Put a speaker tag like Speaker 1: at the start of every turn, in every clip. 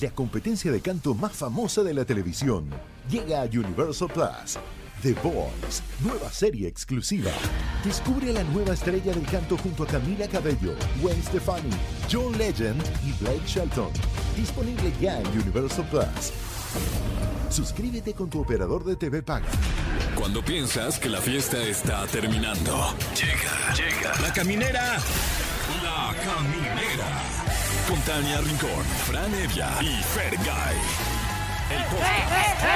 Speaker 1: la competencia de canto más famosa de la televisión. Llega a Universal Plus. The Voice, nueva serie exclusiva. Descubre a la nueva estrella del canto junto a Camila Cabello, Gwen Stefani, John Legend y Blake Shelton. Disponible ya en Universal Plus. Suscríbete con tu operador de TV Paga.
Speaker 2: Cuando piensas que la fiesta está terminando. Llega, llega. La caminera. La caminera. Con Tania Rincón, Fran Evia y Fergay. El podcast.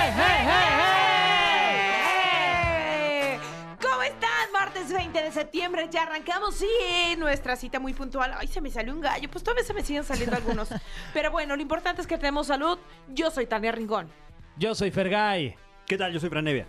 Speaker 3: ¿Cómo estás? Martes 20 de septiembre, ya arrancamos, sí, nuestra cita muy puntual. Ay, se me salió un gallo, pues todavía se me siguen saliendo algunos. Pero bueno, lo importante es que tenemos salud. Yo soy Tania Rincón.
Speaker 4: Yo soy Fergay.
Speaker 5: ¿Qué tal? Yo soy Franevia.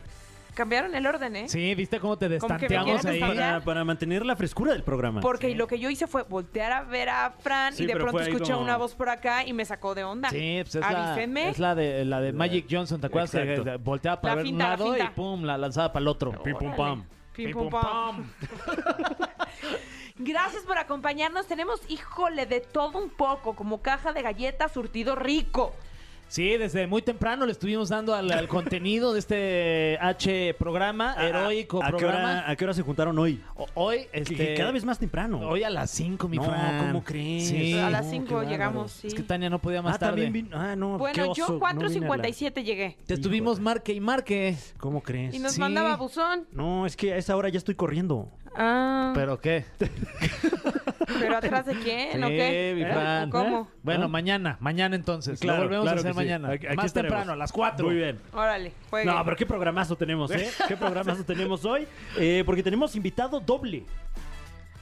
Speaker 3: Cambiaron el orden, ¿eh?
Speaker 4: Sí, ¿viste cómo te
Speaker 3: Como que me
Speaker 4: destanteamos
Speaker 3: quieren
Speaker 4: ahí?
Speaker 3: destan-
Speaker 5: Para, para mantener la frescura del programa.
Speaker 3: Porque lo que yo hice fue voltear a ver a Fran
Speaker 5: Sí,
Speaker 3: y de
Speaker 5: pero
Speaker 3: pronto
Speaker 5: fue ahí
Speaker 3: escuché
Speaker 5: como-
Speaker 3: una voz por acá y me sacó de onda.
Speaker 4: Sí, pues es la,
Speaker 3: Avísenme.
Speaker 4: es la de, la de Magic Johnson, ¿te acuerdas?
Speaker 5: Exacto.
Speaker 4: Que volteaba para
Speaker 3: La
Speaker 4: ver
Speaker 3: finta, la
Speaker 4: un lado y
Speaker 3: finta.
Speaker 4: pum, la lanzaba para el otro.
Speaker 3: Pim, pum, pam. Pim, pum, pam. Gracias por acompañarnos. Tenemos, híjole, de todo un poco, como caja de galletas surtido rico.
Speaker 4: Sí, desde muy temprano le estuvimos dando al, al contenido de este H programa,
Speaker 5: Ah,
Speaker 4: heroico
Speaker 5: ¿a qué,
Speaker 4: programa.
Speaker 5: hora, a qué hora se juntaron hoy?
Speaker 4: O- Hoy, este...
Speaker 5: Que- que Cada vez más temprano.
Speaker 4: Hoy a las 5, mi
Speaker 5: No,
Speaker 4: Fran.
Speaker 5: ¿cómo crees?
Speaker 4: Sí.
Speaker 3: A las
Speaker 5: no,
Speaker 3: 5
Speaker 5: qué
Speaker 3: llegamos,
Speaker 5: bárbaros.
Speaker 3: sí.
Speaker 4: Es que Tania no podía más
Speaker 5: ah,
Speaker 4: tarde.
Speaker 5: también vin- Ah, no. qué
Speaker 3: Bueno, yo
Speaker 5: oso, no vine a la-
Speaker 3: 4.57 llegué.
Speaker 4: Te estuvimos
Speaker 5: Híjole.
Speaker 4: marque y marque.
Speaker 5: ¿Cómo crees?
Speaker 3: Y nos
Speaker 4: Sí.
Speaker 3: mandaba buzón.
Speaker 5: No, es que a esa hora ya estoy corriendo.
Speaker 3: Ah, pero,
Speaker 4: ¿Pero qué?
Speaker 3: atrás de quién o
Speaker 4: Sí,
Speaker 3: qué? ¿Eh?
Speaker 4: mi Fran.
Speaker 3: ¿Cómo?
Speaker 4: Bueno,
Speaker 5: ¿Ah?
Speaker 4: mañana, mañana entonces.
Speaker 5: Claro,
Speaker 4: lo volvemos
Speaker 5: claro
Speaker 4: a hacer
Speaker 5: que sí.
Speaker 4: mañana.
Speaker 5: Aquí- aquí
Speaker 4: Más
Speaker 5: estaremos.
Speaker 4: temprano, a las 4.
Speaker 5: Muy bien.
Speaker 3: Órale, juegue.
Speaker 5: No, pero qué programazo tenemos, ¿eh? ¿Qué programazo tenemos hoy? Eh, porque tenemos invitado doble.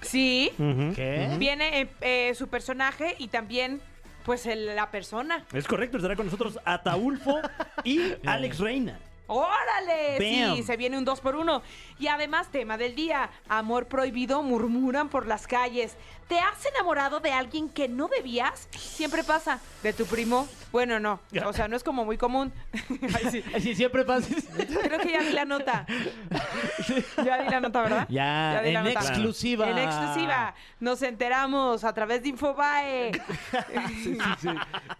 Speaker 3: Sí,
Speaker 4: ¿Qué?
Speaker 3: viene eh, eh, su personaje y también, pues, el- la persona.
Speaker 5: Es correcto, estará con nosotros Ataulfo y Alex Reina.
Speaker 3: ¡Órale! Sí,
Speaker 5: Bam.
Speaker 3: se viene un dos por uno. Y además, tema del día. Amor prohibido murmuran por las calles. ¿Te has enamorado de alguien que no debías? Siempre pasa. ¿De tu primo? Bueno, no. O sea, no es como muy común. Ay, sí.
Speaker 4: Ay, sí, siempre pasa.
Speaker 3: Creo que ya di la nota. Ya di la nota, ¿verdad?
Speaker 4: Ya,
Speaker 3: di la
Speaker 4: en
Speaker 3: nota.
Speaker 4: exclusiva.
Speaker 3: En exclusiva. Nos enteramos a través de Infobae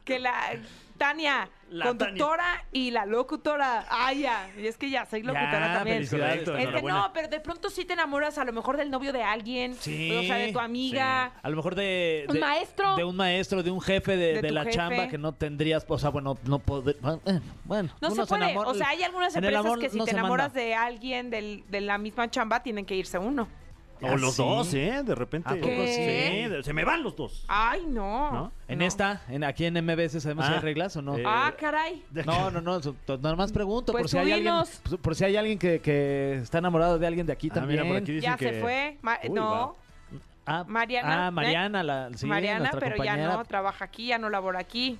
Speaker 3: que la Tania,
Speaker 5: La
Speaker 3: conductora y la locutora. Ah, ya. Y es que ya soy locutora
Speaker 4: Ya,
Speaker 3: también.
Speaker 4: Ah, felicidades,
Speaker 5: Correcto,
Speaker 3: Este,
Speaker 5: enhorabuena.
Speaker 3: no, pero de pronto sí te enamoras a lo mejor del novio de alguien.
Speaker 4: Sí.
Speaker 3: O sea, de tu amiga.
Speaker 4: A lo mejor de,
Speaker 3: Un
Speaker 4: de-
Speaker 3: maestro.
Speaker 4: De un maestro, de un jefe de,
Speaker 3: De
Speaker 4: de
Speaker 3: tu
Speaker 4: la
Speaker 3: jefe.
Speaker 4: chamba que no tendrías. O sea, bueno, no poder. eh, Bueno,
Speaker 3: No se
Speaker 4: uno
Speaker 3: puede.
Speaker 4: enamora-
Speaker 3: o sea, hay algunas
Speaker 4: en el
Speaker 3: empresas
Speaker 4: amor
Speaker 3: que si
Speaker 4: no
Speaker 3: te
Speaker 4: se
Speaker 3: enamoras
Speaker 4: manda.
Speaker 3: de alguien del- de la misma chamba, tienen que irse uno.
Speaker 5: O los
Speaker 4: ¿Ah, sí?
Speaker 5: dos, ¿eh? De repente.
Speaker 4: ¿A poco
Speaker 3: ¿Qué?
Speaker 5: Sí, Ah, de- se me van los dos.
Speaker 3: Ay, no.
Speaker 5: ¿No?
Speaker 4: En este
Speaker 3: No.
Speaker 4: esta, en, aquí en MBS, sabemos si
Speaker 5: Ah.
Speaker 4: hay reglas o no.
Speaker 5: Eh,
Speaker 3: Ah, caray.
Speaker 4: No, no, no, so- to- nada más pregunto
Speaker 3: Pues
Speaker 4: por si
Speaker 3: tú
Speaker 4: hay
Speaker 3: dinos.
Speaker 4: alguien, pues, por si hay alguien que, que está enamorado de alguien de aquí
Speaker 5: Ah,
Speaker 4: también.
Speaker 5: mira, por aquí dicen
Speaker 3: Ya se
Speaker 5: que-
Speaker 3: fue. Ma-
Speaker 5: Uy,
Speaker 3: no,
Speaker 5: va.
Speaker 4: Ah,
Speaker 3: Mariana,
Speaker 4: ah, Mariana, la sí,
Speaker 3: Mariana,
Speaker 4: nuestra
Speaker 3: pero ya
Speaker 4: compañera.
Speaker 3: no trabaja aquí, ya no labora aquí.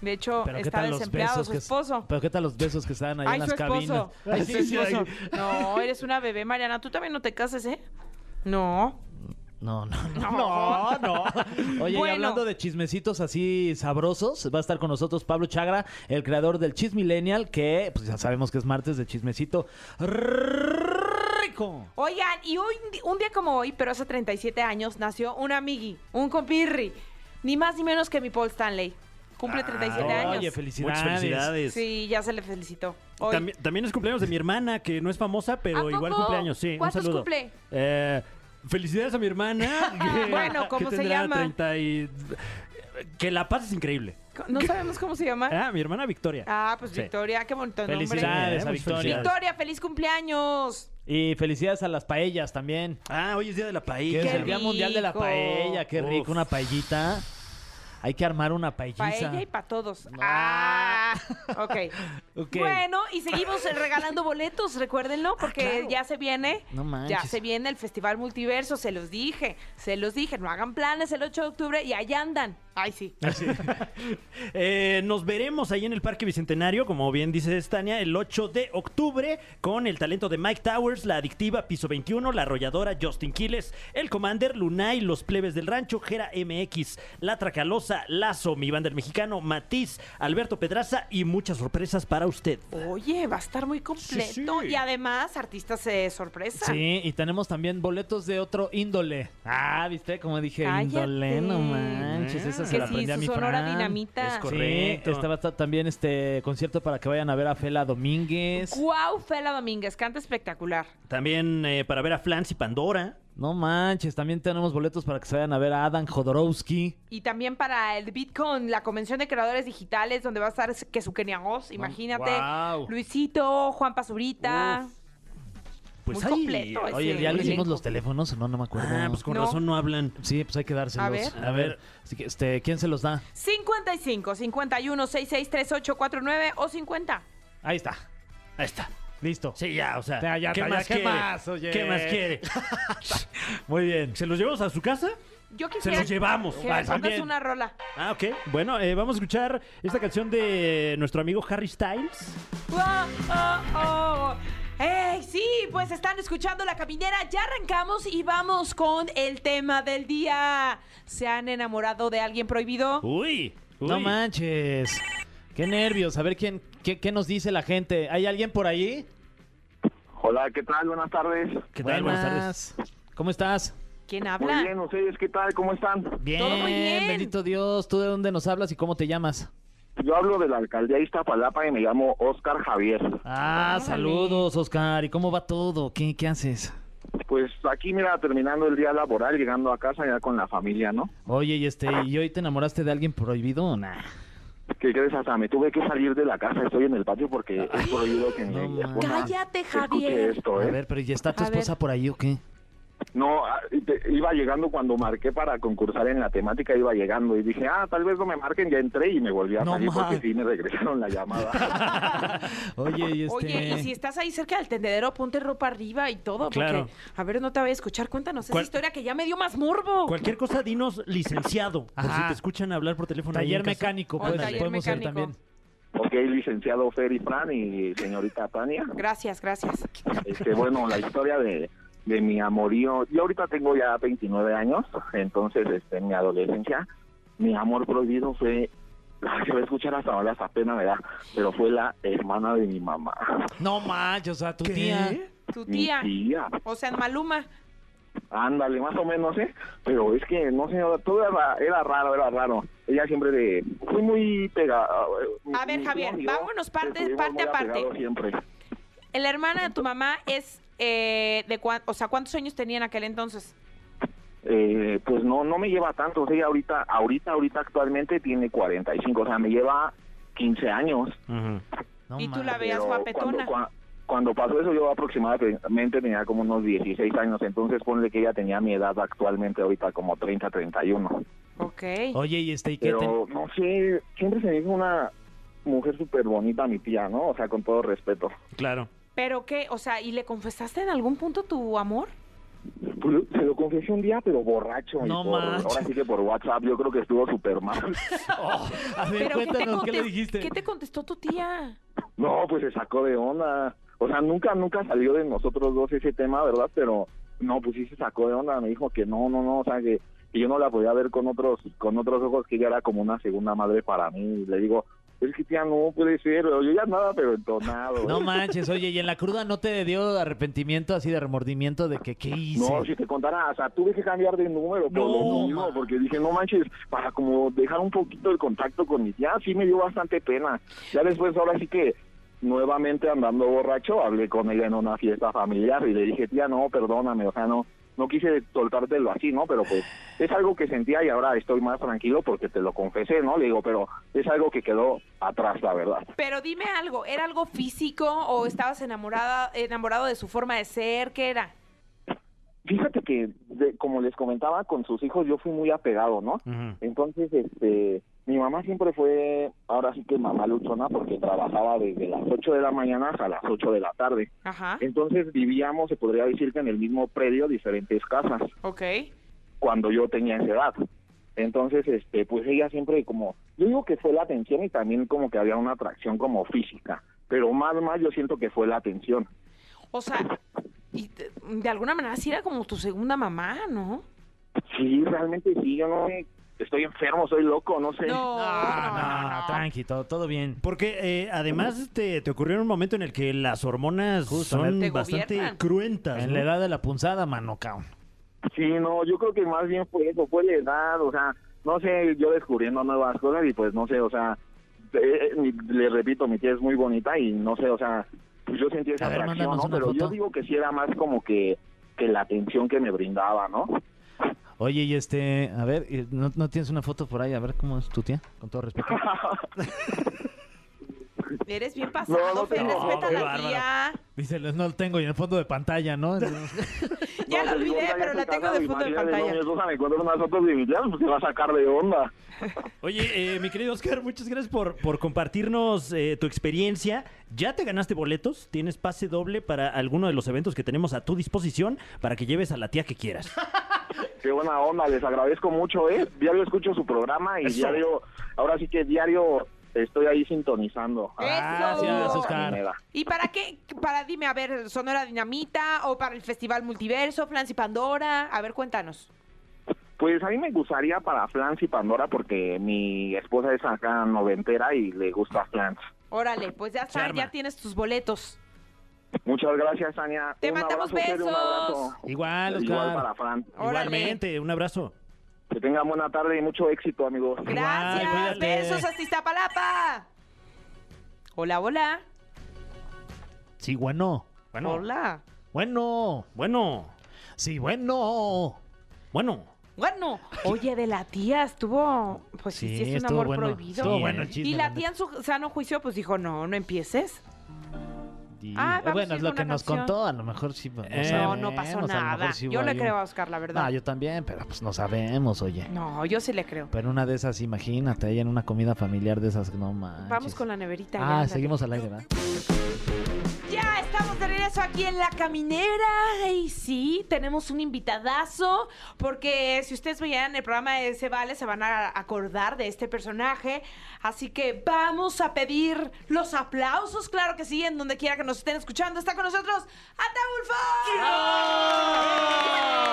Speaker 3: De hecho,
Speaker 4: Pero qué
Speaker 3: está
Speaker 4: tal los
Speaker 3: desempleado
Speaker 4: besos
Speaker 3: su
Speaker 4: que es-
Speaker 3: esposo.
Speaker 4: Pero qué tal los besos que estaban ahí
Speaker 3: Ay,
Speaker 4: en
Speaker 3: su
Speaker 4: las cabinas.
Speaker 3: esposo. Ay, su esposo. No, eres una bebé, Mariana. Tú también no te cases, ¿eh? No.
Speaker 4: No, no,
Speaker 3: No.
Speaker 4: no. no. Oye,
Speaker 3: Bueno.
Speaker 4: y hablando de chismecitos así sabrosos, va a estar con nosotros Pablo Chagra, el creador del Chis Millennial, que pues ya sabemos que es martes de chismecito rico.
Speaker 3: Oigan, y hoy, un día como hoy, pero hace 37 años, nació un amigui, un compirri. Ni más ni menos que mi Paul Stanley. Cumple 37
Speaker 4: Ah, oye,
Speaker 3: años.
Speaker 4: felicidades.
Speaker 5: Muchas Ah, felicidades.
Speaker 3: Sí, ya se le felicitó. Hoy.
Speaker 5: También, también es cumpleaños de mi hermana, que no es famosa, pero
Speaker 3: ¿A
Speaker 5: igual
Speaker 3: poco?
Speaker 5: cumpleaños, sí. Un
Speaker 3: ¿Cuántos
Speaker 5: saludo.
Speaker 3: cumple? Ah,
Speaker 5: Eh, felicidades a mi hermana. que-
Speaker 3: Bueno, ¿cómo
Speaker 5: que
Speaker 3: se
Speaker 5: tendrá
Speaker 3: llama?
Speaker 5: 30 y- Que la paz es increíble.
Speaker 3: No sabemos cómo se
Speaker 4: ¿Eh?
Speaker 3: llama.
Speaker 5: Ah, mi hermana Victoria.
Speaker 3: Ah, pues
Speaker 5: Sí.
Speaker 3: Victoria, qué bonito nombre.
Speaker 4: Felicidades
Speaker 5: Sí,
Speaker 4: a
Speaker 5: muchas
Speaker 4: Victoria.
Speaker 5: felicidades.
Speaker 3: Victoria, feliz cumpleaños.
Speaker 4: Y felicidades a las paellas también.
Speaker 5: Ah, hoy es Día de la
Speaker 4: Que
Speaker 5: Paella.
Speaker 4: es el Día
Speaker 3: rico.
Speaker 4: Mundial de la Paella, qué
Speaker 5: Uf.
Speaker 4: rico, una paellita. Hay que armar una paelliza.
Speaker 3: Para ella y para todos. Ah, ok.
Speaker 4: Ok. Ah,
Speaker 3: Bueno, y seguimos eh, regalando boletos, recuérdenlo, porque ya se viene.
Speaker 4: No manches.
Speaker 3: ya se viene el Festival Multiverso, se los dije, se los dije. No hagan planes el 8 de octubre y allá andan. Ay, sí.
Speaker 4: Ah.
Speaker 5: Eh, nos veremos ahí en el Parque Bicentenario, como bien dice Tania, el 8 de octubre, con el talento de Mike Towers, la adictiva Piso 21, la arrolladora Justin Quiles, el Commander, Lunay, los plebes del rancho, Gera MX, la Tracalosa, Lazo, mi banda el mexicano, Matiz, Alberto Pedraza completa y muchas sorpresas para usted.
Speaker 3: Oye, va a estar muy completo.
Speaker 5: sí.
Speaker 3: Y además, artistas se sorpresa.
Speaker 4: Sí, y tenemos también boletos de otro índole. Ah, ¿viste? Como dije,
Speaker 3: Cállate.
Speaker 4: índole, no manches. Esa se
Speaker 3: Que
Speaker 4: la
Speaker 3: sí,
Speaker 4: aprendí a
Speaker 3: su
Speaker 4: mi
Speaker 3: Sonora
Speaker 4: Fran.
Speaker 3: Dinamita.
Speaker 5: Es
Speaker 4: Sí,
Speaker 5: correcto.
Speaker 4: estaba ta- también este concierto para que vayan a ver a Fela Domínguez.
Speaker 3: Guau, Fela Domínguez, canta espectacular.
Speaker 5: También eh, para ver a Flans y Pandora.
Speaker 4: No manches, también tenemos boletos para que se vayan a ver a Adam Jodorowsky.
Speaker 3: Y también para el Bitcoin, la Convención de Creadores Digitales, donde va a estar que su Kenia Oz, imagínate.
Speaker 4: guau.
Speaker 3: Luisito, Juan Pasurita.
Speaker 5: Pues
Speaker 3: Muy
Speaker 5: ahí-
Speaker 3: completo ese
Speaker 5: Oye,
Speaker 4: ¿Ya le
Speaker 3: elenco.
Speaker 4: dimos los teléfonos o no? No me acuerdo.
Speaker 5: Ah, pues con
Speaker 3: No.
Speaker 5: razón no hablan.
Speaker 4: Sí, pues hay que dárselos.
Speaker 3: A ver.
Speaker 4: A ver, así que, este, ¿quién se los da?
Speaker 3: 55, 51, 66, 38, 49 o 50.
Speaker 4: Ahí está,
Speaker 5: Ahí está.
Speaker 4: listo.
Speaker 5: Sí, ya, o sea.
Speaker 4: Ya, ya,
Speaker 5: ¿Qué
Speaker 4: ya,
Speaker 5: más
Speaker 4: ¿qué
Speaker 5: quiere?
Speaker 4: más, oye?
Speaker 5: ¿Qué más quiere?
Speaker 4: Muy bien.
Speaker 5: ¿Se los llevamos a su casa?
Speaker 3: Yo
Speaker 5: Se
Speaker 3: quisiera
Speaker 5: los llevamos.
Speaker 3: que
Speaker 5: Va,
Speaker 3: me pongas
Speaker 5: también.
Speaker 3: una rola.
Speaker 5: Ah, ok. Bueno, eh, vamos a escuchar esta canción de nuestro amigo Harry Styles.
Speaker 3: ¡Wow! ¡Oh, oh! ¡Ey, sí! Pues están escuchando La Caminera. Ya arrancamos y vamos con el tema del día. ¿Se han enamorado de alguien prohibido?
Speaker 5: Uy. uy.
Speaker 4: No manches. Qué nervios. A ver quién, qué, qué nos dice la gente. ¿Hay alguien por ahí?
Speaker 6: Hola, ¿qué tal? Buenas tardes.
Speaker 5: ¿Qué tal? Buenas tardes.
Speaker 4: tardes. ¿Cómo estás?
Speaker 3: ¿Quién
Speaker 6: Muy
Speaker 3: habla?
Speaker 6: bien, ustedes, ¿qué tal? ¿Cómo están?
Speaker 4: Bien,
Speaker 3: Todo muy bien.
Speaker 4: bendito Dios. ¿Tú de dónde nos hablas y cómo te llamas?
Speaker 6: Yo hablo de la alcaldía de Iztapalapa y me llamo Oscar Javier.
Speaker 4: Ah,
Speaker 3: Órale.
Speaker 4: saludos, Oscar. ¿Y cómo va todo? ¿Qué, qué haces?
Speaker 6: Pues aquí, mira, terminando el día laboral, llegando a casa ya con la familia, ¿no?
Speaker 4: Oye, y este, ¿y hoy te enamoraste de alguien prohibido o nah?
Speaker 6: ¿Qué crees? Hasta me tuve que salir de la casa, estoy en el patio porque es prohibido que
Speaker 4: no
Speaker 6: mi
Speaker 4: mames.
Speaker 6: esposa
Speaker 3: Cállate,
Speaker 6: escuche
Speaker 3: Javier.
Speaker 6: esto,
Speaker 4: A
Speaker 6: ¿eh?
Speaker 4: ver, pero ¿y está tu
Speaker 3: A ver.
Speaker 4: esposa por ahí o qué?
Speaker 6: No, ah, te- iba llegando cuando marqué para concursar en la temática, iba llegando y dije, ah, tal vez no me marquen, ya entré y me volví a
Speaker 4: No
Speaker 6: salir porque
Speaker 4: mames.
Speaker 6: sí me regresaron la llamada.
Speaker 4: Oye, y este.
Speaker 3: Oye, y si estás ahí cerca del tendedero, ponte ropa arriba y todo.
Speaker 5: Claro.
Speaker 3: Porque, a ver, no te voy a escuchar. Cuéntanos esa
Speaker 5: ¿Cuál-
Speaker 3: historia que ya me dio más morbo.
Speaker 5: Cualquier cosa, dinos licenciado. Por
Speaker 4: Ajá.
Speaker 5: si te escuchan hablar por teléfono. ahí
Speaker 4: Taller
Speaker 5: en casa.
Speaker 4: mecánico,
Speaker 3: O
Speaker 4: pues,
Speaker 3: taller
Speaker 4: podemos ser
Speaker 3: mecánico.
Speaker 4: también.
Speaker 6: ok, licenciado Fer y Fran y señorita Tania.
Speaker 3: Gracias, gracias.
Speaker 6: Este, bueno, la historia de, de mi amorío. Yo ahorita tengo ya 29 años, entonces este, en mi adolescencia, mi amor prohibido fue. ay, Se va a escuchar hasta ahora, hasta pena me da, pero fue la hermana de mi mamá.
Speaker 4: No manches, o sea, tu
Speaker 5: ¿Qué?
Speaker 4: tía.
Speaker 3: Tu
Speaker 6: Mi
Speaker 3: tía.
Speaker 6: tía.
Speaker 3: O sea, en Maluma.
Speaker 6: Ándale, más o menos, ¿eh? Pero es que, no sé, todo era, era raro, era raro. Ella siempre de... Fui muy pegada.
Speaker 3: A ver, Javier, vámonos parte- parte a parte.
Speaker 6: Siempre.
Speaker 3: La hermana de tu mamá es eh, de cuan- o sea, ¿cuántos años tenía en aquel entonces?
Speaker 6: Eh, pues no, no me lleva tanto. O sea, ella ahorita, ahorita, ahorita actualmente tiene 45, o sea, me lleva 15 años.
Speaker 5: Ujú.
Speaker 4: No
Speaker 3: y tú la
Speaker 4: manches.
Speaker 3: veías
Speaker 6: Pero
Speaker 3: guapetona.
Speaker 6: Cuando, cua- cuando pasó eso, yo aproximadamente tenía como unos 16 años. Entonces, ponle que ella tenía mi edad actualmente, ahorita como 30, 31.
Speaker 3: Ok.
Speaker 4: Oye, y este, ¿y qué te-
Speaker 6: Pero no sé, siempre se me hizo una mujer súper bonita mi tía, ¿no? O sea, con todo respeto.
Speaker 5: Claro.
Speaker 3: ¿Pero qué? O sea, ¿y le confesaste en algún punto tu amor?
Speaker 6: Pues, se lo confesé un día, pero borracho. y
Speaker 4: No
Speaker 6: por-
Speaker 4: manches.
Speaker 6: ahora sí que por WhatsApp yo creo que estuvo súper mal.
Speaker 4: A ver,
Speaker 3: ¿Pero
Speaker 4: cuéntanos, ¿qué, le
Speaker 3: contes-
Speaker 4: dijiste?
Speaker 3: ¿Qué te contestó tu tía?
Speaker 6: No, pues se sacó de onda. O sea, nunca, nunca salió de nosotros dos ese tema, ¿verdad? Pero no, pues sí se sacó de onda. Me dijo que no, no, no. O sea, que, que yo no la podía ver con otros, con otros ojos, que ella era como una segunda madre para mí. Y le digo, es que tía, no puede ser. Yo ya nada, pero entonado. ¿eh?
Speaker 4: No manches, oye, y en la cruda no te dio arrepentimiento así de remordimiento de que qué hice.
Speaker 6: No, si te contara, o sea, tuve que cambiar de número por
Speaker 4: No,
Speaker 6: lo mismo,
Speaker 4: ma.
Speaker 6: porque dije, no manches, para como dejar un poquito el contacto con mi tía, sí me dio bastante pena. Ya después, ahora sí que nuevamente andando borracho, hablé con ella en una fiesta familiar y le dije, tía, no, perdóname, o sea, no, no quise soltártelo así, ¿no? Pero pues es algo que sentía y ahora estoy más tranquilo porque te lo confesé, ¿no? Le digo, pero es algo que quedó atrás, la verdad.
Speaker 3: Pero dime algo, ¿era algo físico o estabas enamorada, enamorado de su forma de ser? ¿Qué era?
Speaker 6: Fíjate que, de- como les comentaba, con sus hijos yo fui muy apegado, ¿no?
Speaker 5: Ujú.
Speaker 6: Entonces, este, mi mamá siempre fue, ahora sí que mamá luchona, porque trabajaba desde las 8 de la mañana hasta las 8 de la tarde.
Speaker 3: Ajá.
Speaker 6: Entonces vivíamos, se podría decir que en el mismo predio, diferentes casas,
Speaker 3: Ok.
Speaker 6: cuando yo tenía esa edad. Entonces, este, pues ella siempre como, yo digo que fue la atención y también como que había una atracción como física, pero más más yo siento que fue la atención.
Speaker 3: O sea, y te- de alguna manera sí era como tu segunda mamá, ¿no?
Speaker 6: Sí, realmente sí, yo no sé, estoy enfermo, soy loco, no sé.
Speaker 3: No,
Speaker 4: Ah, no, tranqui, todo, todo bien.
Speaker 5: Porque eh, además te, te ocurrió en un momento en el que las hormonas son
Speaker 3: Te
Speaker 5: bastante
Speaker 3: gobiernan.
Speaker 5: cruentas.
Speaker 4: En
Speaker 5: ¿no?
Speaker 4: la edad de la punzada, mano, caón.
Speaker 6: Sí, no, yo creo que más bien fue eso, fue la edad, o sea, no sé, yo descubriendo nuevas cosas y pues no sé, o sea, eh, eh, mi- le repito, mi tía es muy bonita y no sé, o sea, pues yo sentí esa
Speaker 4: A ver,
Speaker 6: atracción,
Speaker 4: mándanos
Speaker 6: ¿no?
Speaker 4: una
Speaker 6: Pero yo
Speaker 4: foto.
Speaker 6: digo que sí era más como que, que la atención que me brindaba, ¿no?
Speaker 4: Oye, y este, a ver, eh, ¿no, no tienes una foto por ahí? A ver cómo es tu tía, con todo respeto.
Speaker 3: Eres bien pasado,
Speaker 6: No, no,
Speaker 3: Fer,
Speaker 6: no,
Speaker 3: respeta
Speaker 5: qué
Speaker 3: a la
Speaker 5: bárbaro.
Speaker 3: tía.
Speaker 4: Dice, no lo tengo y en el fondo de pantalla, ¿no?
Speaker 3: Ya la
Speaker 6: Entonces, digo,
Speaker 3: olvidé,
Speaker 6: "Oiga, ya
Speaker 3: pero
Speaker 6: estoy
Speaker 3: la tengo
Speaker 6: casado,
Speaker 3: de fondo de
Speaker 6: imagínate, no,
Speaker 3: pantalla.
Speaker 6: Mi esposa me encuentra unas fotos de mi tía, pues se va a sacar de onda.
Speaker 5: Oye, eh, mi querido Oscar, muchas gracias por, por compartirnos eh, tu experiencia. Ya te ganaste boletos, tienes pase doble para alguno de los eventos que tenemos a tu disposición para que lleves a la tía que quieras.
Speaker 6: Qué buena onda, les agradezco mucho, ¿eh? Diario escucho su programa y
Speaker 5: Eso.
Speaker 6: diario, ahora sí que diario estoy ahí sintonizando.
Speaker 3: Eso.
Speaker 4: Gracias, Oscar.
Speaker 3: ¿Y para qué? Para, dime, a ver, Sonora Dinamita o para el Festival Multiverso, Franci Pandora. A ver, cuéntanos.
Speaker 6: Pues a mí me gustaría para Flans y Pandora porque mi esposa es acá noventera y le gusta Flans.
Speaker 3: Órale, pues ya está,
Speaker 5: arma.
Speaker 3: ya tienes tus boletos.
Speaker 6: Muchas gracias, Tania.
Speaker 3: Te
Speaker 6: Un
Speaker 3: mandamos
Speaker 6: abrazo, Tere, un
Speaker 3: besos.
Speaker 6: abrazo.
Speaker 4: Igual, Oscar.
Speaker 6: Igual para Fran.
Speaker 3: Órale.
Speaker 5: Igualmente, un abrazo.
Speaker 6: Que tengan buena tarde y mucho éxito, amigos.
Speaker 3: Gracias,
Speaker 5: cuídate.
Speaker 3: besos hasta Iztapalapa. Hola, hola.
Speaker 4: Sí, bueno.
Speaker 5: Bueno,
Speaker 3: Hola.
Speaker 4: Bueno.
Speaker 5: bueno,
Speaker 4: Sí, bueno.
Speaker 5: bueno.
Speaker 3: Bueno, oye, de la tía estuvo, pues sí,
Speaker 4: Sí,
Speaker 3: sí es un
Speaker 4: estuvo
Speaker 3: amor
Speaker 4: bueno.
Speaker 3: prohibido.
Speaker 4: Estuvo
Speaker 5: Sí,
Speaker 4: bueno
Speaker 5: ¿eh?
Speaker 4: el chisme.
Speaker 3: Y la
Speaker 4: neta.
Speaker 3: tía en su sano juicio pues dijo, no, no empieces.
Speaker 4: Y-
Speaker 3: Ah, vamos a
Speaker 4: bueno,
Speaker 3: ir
Speaker 4: es lo
Speaker 3: con
Speaker 4: que
Speaker 3: una
Speaker 4: nos
Speaker 3: canción.
Speaker 4: contó, a lo mejor sí. No,
Speaker 5: Eh,
Speaker 3: no, no pasó
Speaker 4: sabemos, a lo mejor
Speaker 3: nada.
Speaker 4: sí
Speaker 3: yo
Speaker 4: hubo
Speaker 3: le
Speaker 4: ahí un-
Speaker 3: creo a Oscar, la verdad.
Speaker 4: No, yo también, pero pues no sabemos, oye.
Speaker 3: No, yo sí le creo.
Speaker 4: Pero una de esas, imagínate, ahí en una comida familiar de esas, no manches.
Speaker 3: Vamos con la neverita. ya,
Speaker 4: Ah,
Speaker 3: ándale.
Speaker 4: seguimos al aire, ¿verdad?
Speaker 3: Ya estamos de regreso aquí en La Caminera. Y sí, tenemos un invitadazo. Porque si ustedes veían el programa de Se Vale, se van a acordar de este personaje. Así que vamos a pedir los aplausos, claro que sí, en donde quiera que nos estén escuchando. Está con nosotros Ataulfo.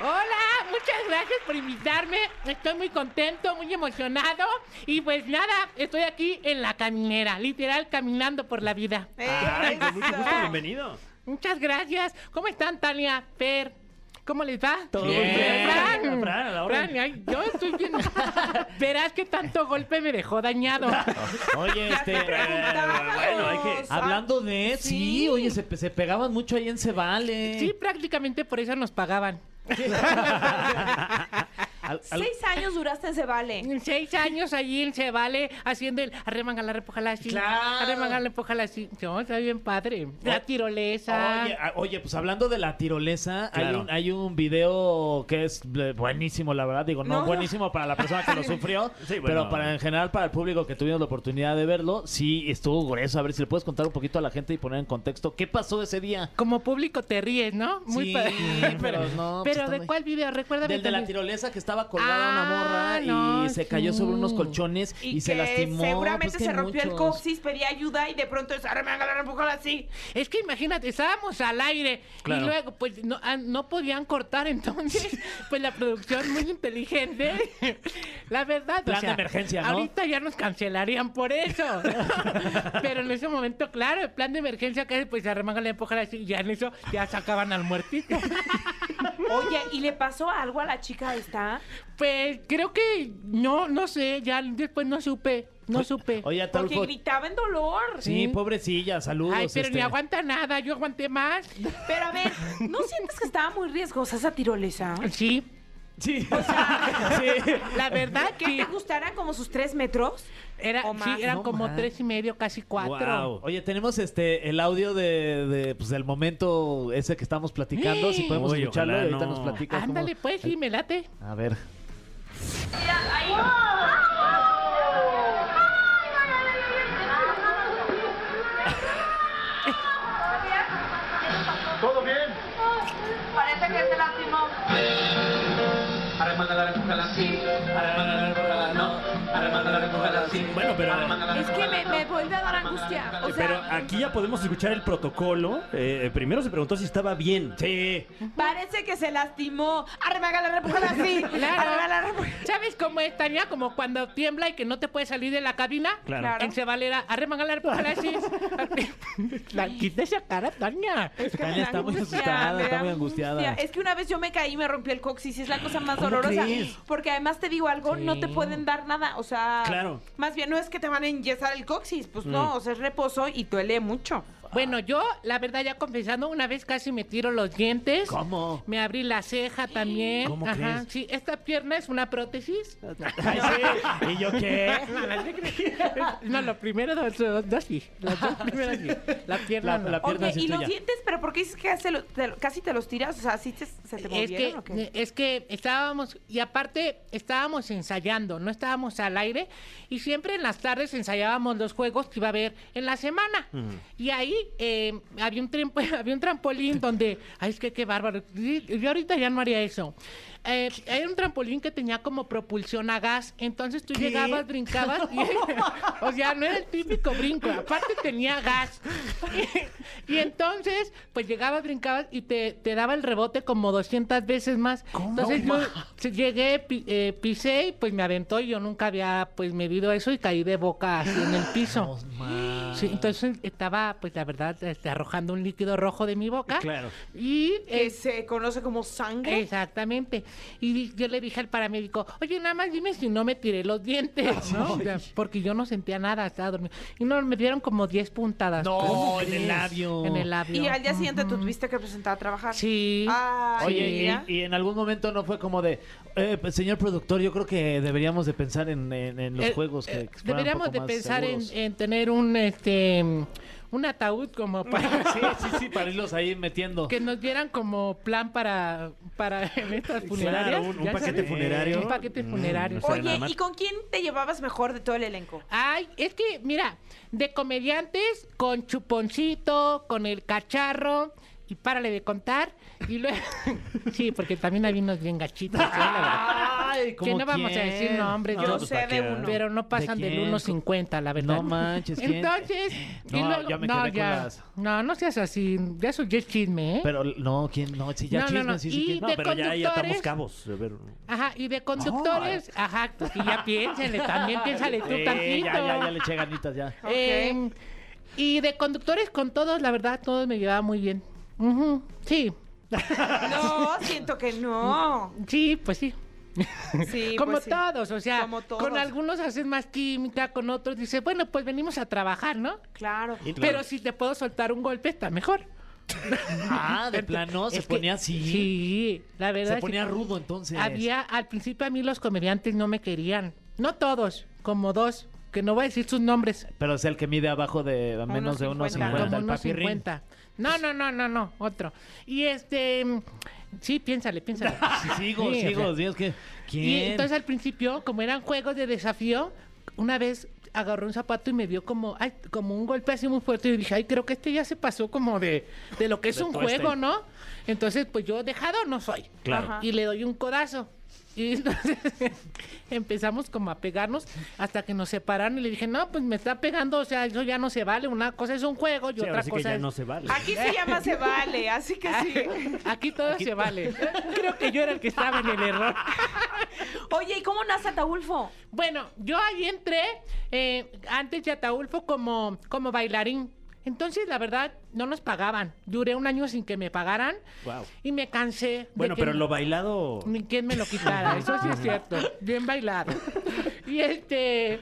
Speaker 7: Hola, muchas gracias por invitarme. Estoy muy contento, muy emocionado. Y pues nada, estoy aquí en la caminera, literal caminando por la vida.
Speaker 5: Ay, con mucho gusto,
Speaker 3: Eso.
Speaker 5: bienvenido.
Speaker 7: Muchas gracias. ¿Cómo están, Tania, Fer? ¿Cómo les va?
Speaker 5: Todo bien.
Speaker 7: Fran,
Speaker 5: Fran, a la orden.
Speaker 7: Fran, ay, yo estoy bien. Verás que tanto golpe me dejó dañado.
Speaker 4: Oye, este.
Speaker 3: Preguntábamos.
Speaker 5: bueno, hay que-
Speaker 4: Hablando de. Sí,
Speaker 3: Sí.
Speaker 4: oye, se, pe- se pegaban mucho ahí en Cebale.
Speaker 7: Sí, prácticamente por eso nos pagaban.
Speaker 3: Seis años duraste en Se Vale.
Speaker 7: Seis años allí en Cebale haciendo el arremangala, repujala así.
Speaker 4: Claro.
Speaker 7: Arremangala, repujala así. No, está bien padre. La tirolesa.
Speaker 4: Oye, a- oye, pues hablando de la tirolesa, hay,
Speaker 5: Claro.
Speaker 4: un, hay un video que es eh, buenísimo, la verdad. Digo, no,
Speaker 3: No.
Speaker 4: buenísimo para la persona que lo sufrió,
Speaker 5: Sí, bueno.
Speaker 4: pero para en general, para el público que tuvimos la oportunidad de verlo, sí estuvo grueso. A ver si le puedes contar un poquito a la gente y poner en contexto qué pasó ese día.
Speaker 7: Como público te ríes, ¿no?
Speaker 4: Sí,
Speaker 7: padre.
Speaker 4: pero no, pues,
Speaker 7: Pero
Speaker 4: está
Speaker 7: ¿de
Speaker 4: muy-
Speaker 7: cuál video? Recuérdame.
Speaker 4: Del de la
Speaker 7: también.
Speaker 4: tirolesa que estaba colgada
Speaker 7: Ah,
Speaker 4: una morra y
Speaker 7: no,
Speaker 4: se cayó
Speaker 7: sí.
Speaker 4: sobre unos colchones y,
Speaker 3: Y,
Speaker 4: se
Speaker 3: que
Speaker 4: lastimó.
Speaker 3: seguramente
Speaker 4: pues, que
Speaker 3: se rompió el
Speaker 4: muchos.
Speaker 3: coxis, pedí ayuda y de pronto es arremangala, repujala así.
Speaker 7: Es que imagínate, estábamos al aire
Speaker 5: Claro.
Speaker 7: y luego pues no, ah, no podían cortar entonces, pues la producción muy inteligente, la verdad,
Speaker 4: Plan
Speaker 7: o
Speaker 4: de
Speaker 7: sea,
Speaker 4: emergencia, ¿no?
Speaker 7: ahorita ya nos cancelarían por eso, pero en ese momento, claro, el plan de emergencia que pues arremanga la empujar así y ya en eso ya sacaban al muertito.
Speaker 3: Oye, ¿y le pasó algo a la chica esta?
Speaker 7: Pues creo que no, no sé, ya después no supe,
Speaker 4: Pues,
Speaker 7: no supe.
Speaker 3: Porque
Speaker 4: Oye, Ataulfo.
Speaker 3: gritaba en dolor.
Speaker 4: Sí, pobrecilla, saludos.
Speaker 7: Ay, pero ni
Speaker 4: este.
Speaker 7: aguanta nada, yo aguanté más.
Speaker 3: Pero a ver, ¿no sientes que estaba muy riesgosa esa tirolesa?
Speaker 7: Sí,
Speaker 4: Sí. sí.
Speaker 7: la verdad
Speaker 3: ¿Qué te
Speaker 7: que...
Speaker 3: gustarán como sus tres metros?
Speaker 7: Era,
Speaker 3: O más.
Speaker 7: sí, eran
Speaker 4: No
Speaker 7: como
Speaker 4: más.
Speaker 7: tres y medio, casi cuatro.
Speaker 5: Guau.
Speaker 4: Oye, tenemos este el audio de, de, pues, del momento ese que estamos platicando, si podemos
Speaker 5: Uy,
Speaker 4: escucharlo, y
Speaker 5: ojalá
Speaker 4: ahorita
Speaker 5: no.
Speaker 4: nos platicas cómo-
Speaker 7: Ándale, pues, sí, me late.
Speaker 4: A ver.
Speaker 8: ¿Todo bien? Parece que se lastimó. Arremangala, empújala, sí. Arremangala, empújala, no. Arremangala, empújala,
Speaker 5: Sí, bueno, pero,
Speaker 3: Es que me, me vuelve a dar angustia. O sea,
Speaker 5: pero aquí ya podemos escuchar el protocolo. Eh, primero se preguntó si estaba bien. Sí.
Speaker 3: parece que se lastimó. Arremagala, repújala así.
Speaker 7: Claro.
Speaker 3: Arremagala, repújala.
Speaker 7: ¿Sabes cómo estaría? Como cuando tiembla y que no te puedes salir de la cabina.
Speaker 5: Claro.
Speaker 3: Claro.
Speaker 7: En Cebalera, arremangar la parálisis. La quita esa cara, Tania.
Speaker 3: Es que
Speaker 4: Tania
Speaker 3: me da
Speaker 4: está muy
Speaker 3: angustia,
Speaker 4: asustada,
Speaker 3: me
Speaker 4: está
Speaker 3: da
Speaker 4: muy angustiada.
Speaker 3: angustia. Es que una vez yo me caí y me rompí el coxis y es la cosa más dolorosa.
Speaker 4: crees?
Speaker 3: Porque además te digo algo, no te pueden dar nada. O sea,
Speaker 5: Claro.
Speaker 3: más bien no es que te van a enyesar el coxis. Pues no, o sea, es reposo y duele mucho.
Speaker 7: Bueno, yo, la verdad, ya confesando, una vez casi me tiro los dientes.
Speaker 4: ¿Cómo?
Speaker 7: Me abrí la ceja también.
Speaker 5: ¿Cómo crees?
Speaker 7: Sí, esta pierna es una prótesis.
Speaker 5: Ay, sí. ¿Y yo qué?
Speaker 7: No, lo primero, dos, dos, dos sí. Las dos primeras sí. La pierna.
Speaker 5: La-
Speaker 7: no.
Speaker 5: la pierna
Speaker 3: Oye,
Speaker 5: sí
Speaker 3: ¿y
Speaker 5: es
Speaker 3: los
Speaker 5: tuya.
Speaker 3: dientes? ¿Pero por qué dices que se lo- te lo- casi te los tiras? O sea, ¿sí te- se te
Speaker 7: es
Speaker 3: movieron
Speaker 7: que,
Speaker 3: o qué?
Speaker 7: es que estábamos, y aparte estábamos ensayando, no estábamos al aire, y siempre en las tardes ensayábamos los juegos que iba a haber en la semana. Y ahí eh, había, un tramp- había un trampolín donde, ay, es que qué bárbaro, Sí, yo ahorita ya no haría eso. Eh, era un trampolín que tenía como propulsión a gas, entonces tú llegabas, brincabas, y- o sea, no era el típico brinco, aparte tenía gas. Y entonces, pues llegabas, brincabas y te, te daba el rebote como 200 veces más. Entonces yo sí, llegué, pi- eh, pisé y pues me aventó y yo nunca había pues medido eso y caí de boca así en el piso. Sí, entonces estaba pues la verdad este, arrojando un líquido rojo de mi boca.
Speaker 5: Claro.
Speaker 7: Y
Speaker 3: Que
Speaker 7: eh,
Speaker 3: se conoce como sangre.
Speaker 7: Exactamente. Y di- yo le dije al paramédico, oye, nada más dime si no me tiré los dientes, ¿no? O sea, porque yo no sentía nada, estaba dormido. Y no, me dieron como 10 puntadas.
Speaker 5: No, en el labio.
Speaker 7: En el labio.
Speaker 3: Y al día siguiente tú Ah. tuviste que presentar a trabajar.
Speaker 7: Sí.
Speaker 3: Ay,
Speaker 4: Oye,
Speaker 3: mira.
Speaker 4: y, y en algún momento no fue como de, eh, pues, señor productor, yo creo que deberíamos de pensar en, en- en los
Speaker 7: Eh,
Speaker 4: juegos que,
Speaker 7: eh,
Speaker 4: que fueran un
Speaker 7: deberíamos
Speaker 4: poco
Speaker 7: de
Speaker 4: más
Speaker 7: pensar en,
Speaker 4: seguros".
Speaker 7: en tener un este un ataúd como para
Speaker 4: Sí, sí, sí, para irlos ahí metiendo.
Speaker 7: que nos dieran como plan para para en estas funerarias
Speaker 5: un- un
Speaker 7: ya
Speaker 5: paquete funerario. Mm,
Speaker 7: un paquete funerario
Speaker 5: o sea, nada
Speaker 3: Oye,
Speaker 5: más.
Speaker 3: ¿y con quién te llevabas mejor de todo el elenco?
Speaker 7: Ay, es que, mira, de comediantes con Chuponcito, con el cacharro, y párale de contar. Y luego. sí, porque también hay unos bien gachitos. ¿eh? La verdad.
Speaker 4: Ay,
Speaker 7: Que no vamos a decir nombres,
Speaker 3: Yo
Speaker 7: no,
Speaker 5: pues,
Speaker 3: sé
Speaker 5: ¿para
Speaker 3: de
Speaker 5: qué?
Speaker 3: uno.
Speaker 7: pero no pasan
Speaker 4: ¿De
Speaker 7: del
Speaker 4: quién?
Speaker 7: 1.50, la verdad.
Speaker 4: No manches, ¿quién?
Speaker 7: Entonces. y
Speaker 4: No,
Speaker 7: luego-
Speaker 4: ya me quedé con las-
Speaker 7: No, no seas así. Ya eso ya es chisme, ¿eh?
Speaker 4: Pero no, ¿quién? No, si ya
Speaker 7: No, no,
Speaker 4: chismes,
Speaker 7: no,
Speaker 4: sí, sí,
Speaker 7: y-
Speaker 4: ¿quién?
Speaker 5: No,
Speaker 7: de
Speaker 5: pero ya ahí atamos
Speaker 7: conductores.
Speaker 5: cabos. A ver.
Speaker 7: Ajá, y de conductores. ajá, pues, y ya piénsenle, también piénsale tú
Speaker 4: Sí,
Speaker 7: tantito.
Speaker 4: Eh, ya, ya, ya le eché ganitas, ya.
Speaker 3: Ok.
Speaker 7: Eh, y de conductores con todos, la verdad, todos me llevaba muy bien. Ujú, Sí,
Speaker 3: No, siento que no.
Speaker 7: sí, pues sí.
Speaker 3: Sí,
Speaker 7: Como
Speaker 3: pues sí.
Speaker 7: todos, o sea,
Speaker 3: Como todos.
Speaker 7: con algunos hacen más química, con otros dice, bueno, pues venimos a trabajar, ¿no?
Speaker 3: Claro.
Speaker 7: Pero si te puedo soltar un golpe, está mejor.
Speaker 4: Ah, de plano, se
Speaker 7: Es que-
Speaker 4: ponía así.
Speaker 7: Sí, la verdad.
Speaker 4: se
Speaker 7: sí.
Speaker 4: ponía rudo entonces.
Speaker 7: Había, al principio a mí los comediantes no me querían. No todos, como dos, que no voy a decir sus nombres.
Speaker 4: Pero es el que mide abajo de a menos de
Speaker 3: 1.50.
Speaker 4: 1.50,
Speaker 7: como
Speaker 4: Ah, el
Speaker 7: unos
Speaker 4: papirrín.
Speaker 7: 50. No, no, no, no, no, otro. Y este, mm, sí, piénsale, piénsale.
Speaker 4: Sí, Sigo,
Speaker 7: Sí, o sea,
Speaker 4: sigo, Dios que... ¿Quién?
Speaker 7: Y entonces al principio, como eran juegos de desafío, una vez agarró un zapato y me dio como, ay, como un golpe así muy fuerte y dije, ay, creo que este ya se pasó como de, de lo que es
Speaker 5: De
Speaker 7: un
Speaker 5: tueste.
Speaker 7: juego, ¿no? Entonces, pues yo dejado no soy.
Speaker 5: Claro.
Speaker 3: Ajá.
Speaker 7: Y le doy un codazo. Y entonces empezamos como a pegarnos hasta que nos separaron y le dije, no, pues me está pegando, o sea, eso ya no se vale, una cosa es un juego y
Speaker 5: Sí,
Speaker 7: otra
Speaker 5: ahora sí que
Speaker 7: cosa
Speaker 5: ya
Speaker 7: es... ah,
Speaker 5: no se vale.
Speaker 3: Aquí se llama se vale, así que sí.
Speaker 7: Aquí todo se vale. Creo que yo era el que estaba en el error.
Speaker 3: Oye, ¿y cómo nace Ataulfo?
Speaker 7: Bueno, yo ahí entré eh, antes de Ataulfo como, como bailarín. Entonces, la verdad, no nos pagaban. Duré un año sin que me pagaran.
Speaker 5: Guau.
Speaker 7: Y me cansé. de
Speaker 5: Bueno,
Speaker 7: que
Speaker 5: pero
Speaker 7: me-
Speaker 5: lo bailado.
Speaker 7: Ni quien me lo quitara, eso sí es cierto. Bien bailado. Y este.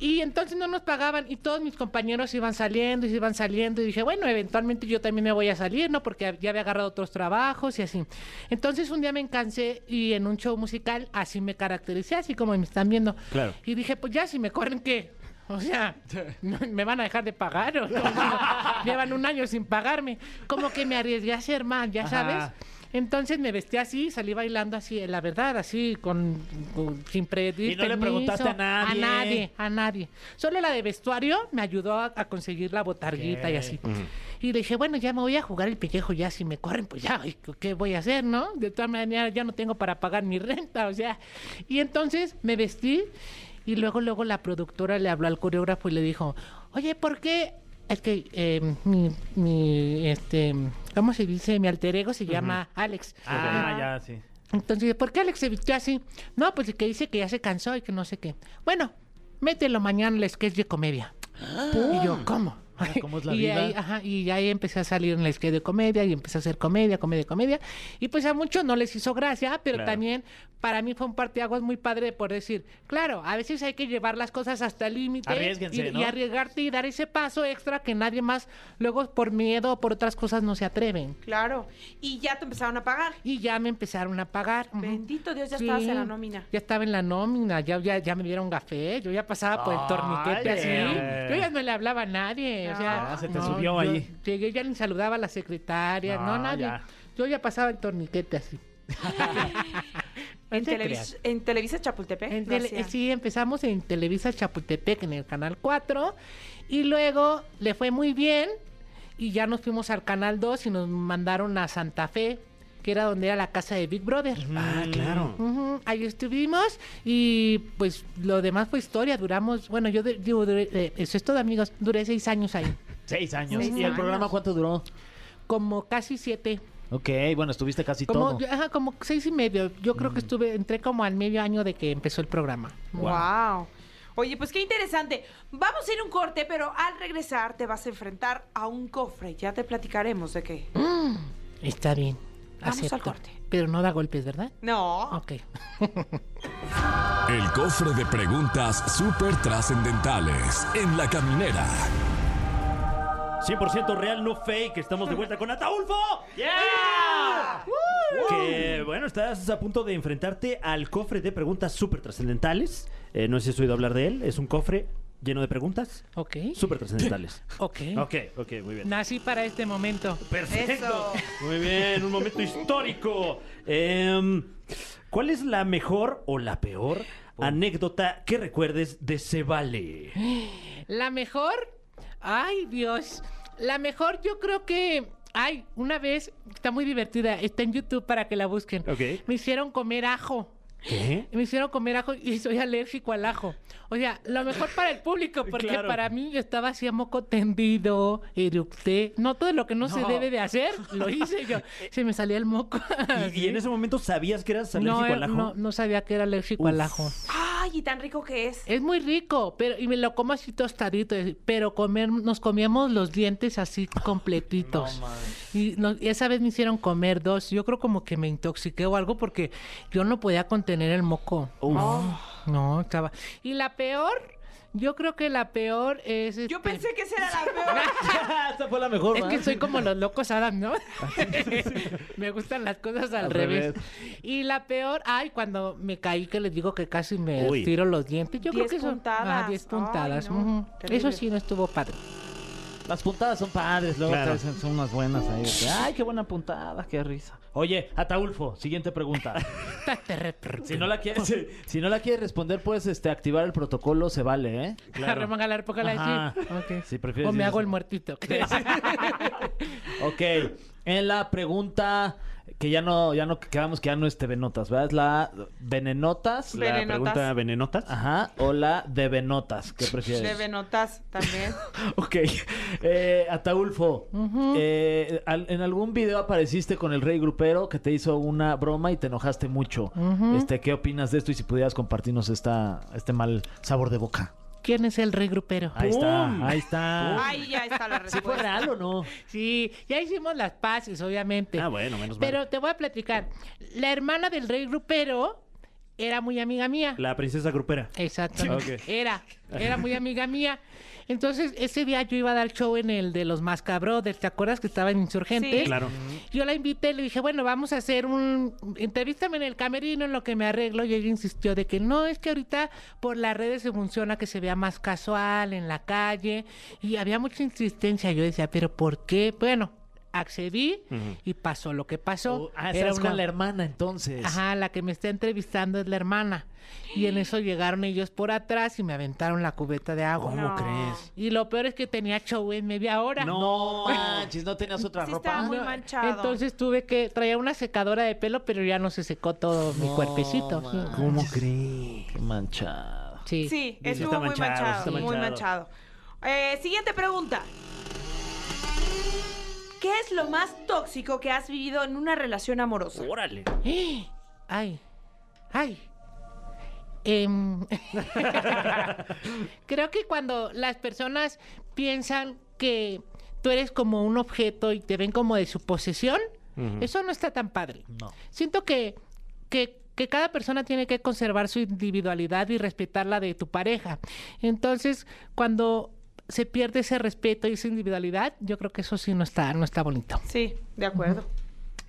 Speaker 7: Y entonces no nos pagaban y todos mis compañeros iban saliendo y se iban saliendo y dije, bueno, eventualmente yo también me voy a salir, ¿no? Porque ya había agarrado otros trabajos y así. Entonces un día me cansé y en un show musical así me caractericé, así como me están viendo.
Speaker 5: Claro.
Speaker 7: Y dije, pues ya si me corren, ¿qué? O sea, ¿me van a dejar de pagar? ¿O no? Llevan un año sin pagarme. Como que me arriesgué a hacer mal, ya sabes.
Speaker 4: Ajá.
Speaker 7: Entonces me vestí así, salí bailando así, la verdad, así, con, con- sin pedir
Speaker 4: Y no le
Speaker 7: permiso.
Speaker 4: preguntaste a nadie.
Speaker 7: A nadie, a nadie. Solo la de vestuario me ayudó a, a conseguir la botarguita y así. Y le dije, bueno, ya me voy a jugar el pellejo, ya si me corren, pues ya, ay, ¿qué voy a hacer, no? De todas maneras, ya no tengo para pagar mi renta, o sea. Y entonces me vestí Y luego, luego la productora le habló al coreógrafo y le dijo, oye, ¿por qué? Es que eh, mi, mi, este, ¿cómo se dice? Mi alter ego se llama Alex.
Speaker 5: Ah, ya, sí.
Speaker 7: Entonces, ¿por qué Alex se vistió así? No, pues que dice que ya se cansó y que no sé qué. Bueno, mételo mañana al sketch de comedia. Y yo, ¿cómo?
Speaker 4: Ah. ¿cómo es la
Speaker 7: y
Speaker 4: vida?
Speaker 7: Ahí, ajá, y ahí empecé a salir en el sketch de comedia y empecé a hacer comedia, comedia, comedia. Y pues a muchos no les hizo gracia, pero
Speaker 5: Claro.
Speaker 7: también para mí fue un parteaguas muy padre por decir, claro, a veces hay que llevar las cosas hasta el límite
Speaker 5: Arriésguense,
Speaker 7: y,
Speaker 5: ¿no?
Speaker 7: y arriesgarte y dar ese paso extra que nadie más luego por miedo o por otras cosas no se atreven.
Speaker 3: Claro. Y ya te empezaron a pagar.
Speaker 7: Y ya me empezaron a pagar. ujú.
Speaker 3: Bendito Dios, ya estabas
Speaker 7: Sí,
Speaker 3: en la nómina.
Speaker 7: Ya estaba en la nómina, ya, ya, ya me dieron café, yo ya pasaba por el torniquete
Speaker 5: Ay,
Speaker 7: así.
Speaker 5: eh.
Speaker 7: Yo ya no le hablaba a nadie. o sea,
Speaker 4: Ah, se te
Speaker 7: no,
Speaker 4: subió
Speaker 7: yo
Speaker 4: ahí.
Speaker 7: Llegué, ya ni saludaba a la secretaria, no,
Speaker 5: No,
Speaker 7: nadie.
Speaker 5: ya.
Speaker 7: Yo ya pasaba el torniquete así.
Speaker 3: En,
Speaker 7: No te
Speaker 3: Televis-
Speaker 7: creas.
Speaker 3: en Televisa ¿Eh? Chapultepec.
Speaker 7: En
Speaker 3: lo
Speaker 7: tele-
Speaker 3: hacían.
Speaker 7: sí, empezamos en Televisa Chapultepec, en el Canal 4, y luego le fue muy bien, y ya nos fuimos al Canal 2 y nos mandaron a Santa Fe, que era donde era la casa de Big Brother.
Speaker 5: Ah, claro.
Speaker 7: Ujú, Ahí estuvimos y pues lo demás fue historia. Duramos, bueno, yo de- digo, duré- eh, eso es todo, amigos. Duré seis años ahí,
Speaker 4: Seis años.
Speaker 3: Seis
Speaker 4: ¿Y el
Speaker 3: años.
Speaker 4: programa cuánto duró?
Speaker 7: como casi siete.
Speaker 4: Ok, bueno, estuviste casi
Speaker 7: Como,
Speaker 4: todo.
Speaker 7: yo- ajá, como seis y medio. Yo creo que estuve, entré como al medio año de que empezó el programa.
Speaker 3: Wow. Oye, pues qué interesante. Vamos a ir a un corte, pero al regresar te vas a enfrentar a un cofre. Ya te platicaremos de qué.
Speaker 7: Está bien.
Speaker 3: Vamos al
Speaker 7: acepto.
Speaker 3: corte.
Speaker 7: Pero no da golpes, ¿verdad?
Speaker 3: No.
Speaker 7: Ok.
Speaker 2: El cofre de preguntas súper trascendentales en la caminera.
Speaker 5: 100% real, no fake. Estamos de vuelta con Ataulfo. ¡Yeah! Que bueno, estás a punto de enfrentarte al cofre de preguntas súper trascendentales. Eh, no sé si has oído hablar de él. Es un cofre lleno de preguntas
Speaker 7: Ok.
Speaker 5: súper trascendentales.
Speaker 7: Ok.
Speaker 5: Ok, ok, muy bien.
Speaker 7: Nací para este momento.
Speaker 5: Perfecto.
Speaker 3: Eso.
Speaker 5: Muy bien, un momento histórico. Em, ¿Cuál es la mejor o la peor
Speaker 7: Oh.
Speaker 5: anécdota que recuerdes de Se Vale?
Speaker 7: ¿Eh? La mejor, ay Dios, la mejor yo creo que, ay, una vez, está muy divertida, está en YouTube para que la busquen.
Speaker 5: Ok.
Speaker 7: Me hicieron comer ajo.
Speaker 5: ¿Qué?
Speaker 7: Me hicieron comer ajo y soy alérgico al ajo. O sea, lo mejor para el público, porque
Speaker 5: Claro.
Speaker 7: para mí yo estaba así a moco tendido, eructé. No, todo lo que no, se
Speaker 5: No.
Speaker 7: debe de hacer, lo hice yo. Se me salía el moco.
Speaker 5: ¿Y, y en ese momento sabías que eras alérgico
Speaker 7: Ah, no, eh,
Speaker 5: al ajo?
Speaker 7: no, no sabía que era alérgico al
Speaker 5: Uf.
Speaker 7: ajo.
Speaker 3: Ay, y tan rico que es.
Speaker 7: Es muy rico, pero y me lo como así tostadito, eh, pero comer, nos comíamos los dientes así completitos. y, no- y esa vez me hicieron comer dos. Yo creo como que me intoxiqué o algo porque yo no podía contener el moco. No, estaba. Y la peor, yo creo que la peor es.
Speaker 3: Yo
Speaker 7: este,
Speaker 3: pensé que esa era la peor.
Speaker 4: Esta fue la mejor,
Speaker 7: es
Speaker 4: ¿va?
Speaker 7: que soy como los locos Adam, ¿no? me gustan las cosas al,
Speaker 4: Al
Speaker 7: revés.
Speaker 4: revés.
Speaker 7: Y la peor, ay, cuando me caí que les digo que casi me
Speaker 5: Uy.
Speaker 7: tiro los dientes. Yo creo
Speaker 3: Diez
Speaker 7: que son
Speaker 3: puntadas.
Speaker 7: 10
Speaker 3: Ay,
Speaker 7: puntadas.
Speaker 3: no,
Speaker 7: ujú. Eso
Speaker 3: terrible.
Speaker 7: sí no estuvo padre.
Speaker 4: Las puntadas son padres, luego
Speaker 5: Claro.
Speaker 4: te- son unas buenas ahí. de que, Ay, qué buena puntada, qué risa. Oye, Ataulfo, siguiente pregunta. Si no la quieres, si, si no la quieres responder, puedes este, activar el protocolo, se vale, ¿eh?
Speaker 5: Claro.
Speaker 7: Arremangalar, póngala
Speaker 4: Ajá.
Speaker 7: así. Ok.
Speaker 4: Sí, prefieres
Speaker 7: o me
Speaker 4: decir
Speaker 7: hago el
Speaker 4: eso.
Speaker 7: muertito.
Speaker 4: Ok, en la pregunta que ya no, ya no quedamos que ya no es TV Notas, ¿verdad? Es la Venenotas,
Speaker 5: La
Speaker 3: Venenotas.
Speaker 5: pregunta venenotas. Ah,
Speaker 4: ajá, o la Devenotas, ¿qué prefieres?
Speaker 3: Debe notas también.
Speaker 4: Ok, eh, Ataulfo, eh, al- en algún video apareciste con el Rey Grupero que te hizo una broma y te enojaste mucho. este, ¿Qué opinas de esto y si pudieras compartirnos esta, este mal sabor de boca?
Speaker 7: ¿Quién es el rey grupero?
Speaker 4: Ahí
Speaker 5: ¡Pum!
Speaker 4: está, ahí está.
Speaker 3: Ahí ya está la
Speaker 4: ¿Sí fue
Speaker 3: respuesta.
Speaker 4: real o no?
Speaker 7: Sí, ya hicimos las paces, obviamente.
Speaker 5: Ah, bueno, menos mal.
Speaker 7: Pero te voy a platicar. La hermana del rey grupero era muy amiga mía.
Speaker 5: La princesa grupera.
Speaker 7: Exactamente.
Speaker 5: Sí, ok.
Speaker 7: Era, era muy amiga mía. Entonces, ese día yo iba a dar show en el de los Mascabrothers, ¿te acuerdas que estaba en Insurgente?
Speaker 3: Sí.
Speaker 5: Claro.
Speaker 7: Yo la invité y le dije, bueno, vamos a hacer un... Entrevístame en el camerino en lo que me arreglo. Y ella insistió de que no, es que ahorita por las redes se funciona que se vea más casual en la calle. Y había mucha insistencia. Yo decía, pero ¿por qué? Bueno, accedí y pasó lo que pasó.
Speaker 5: Oh,
Speaker 4: ah,
Speaker 7: Era
Speaker 4: estabas
Speaker 7: una-
Speaker 4: con la hermana entonces.
Speaker 7: Ajá, la que me está entrevistando es la hermana. Y en eso llegaron ellos por atrás y me aventaron la cubeta de agua.
Speaker 3: No. crees?
Speaker 7: Y lo peor es que tenía show en media hora.
Speaker 4: No manches, ¿no tenías otra
Speaker 3: Sí
Speaker 4: ropa?
Speaker 3: estaba muy
Speaker 7: Ah, No,
Speaker 3: manchado.
Speaker 7: Entonces tuve que traer una secadora de pelo, pero ya no se secó todo mi cuerpecito.
Speaker 4: ¿Cómo crees? Manchado.
Speaker 7: Sí.
Speaker 3: Sí,
Speaker 5: Dice,
Speaker 3: estuvo
Speaker 5: está
Speaker 3: muy
Speaker 5: manchado,
Speaker 3: manchado,
Speaker 5: está
Speaker 3: muy
Speaker 5: manchado.
Speaker 3: manchado. Eh, siguiente pregunta. ¿Qué es lo más tóxico que has vivido en una relación amorosa?
Speaker 5: Órale.
Speaker 7: Ay, ay. Em, creo que cuando las personas piensan que tú eres como un objeto y te ven como de su posesión, eso no está tan padre.
Speaker 5: No.
Speaker 7: Siento que, que, que cada persona tiene que conservar su individualidad y respetar la de tu pareja. Entonces, cuando se pierde ese respeto y esa individualidad, yo creo que eso sí no está, no está bonito.
Speaker 3: Sí, de acuerdo.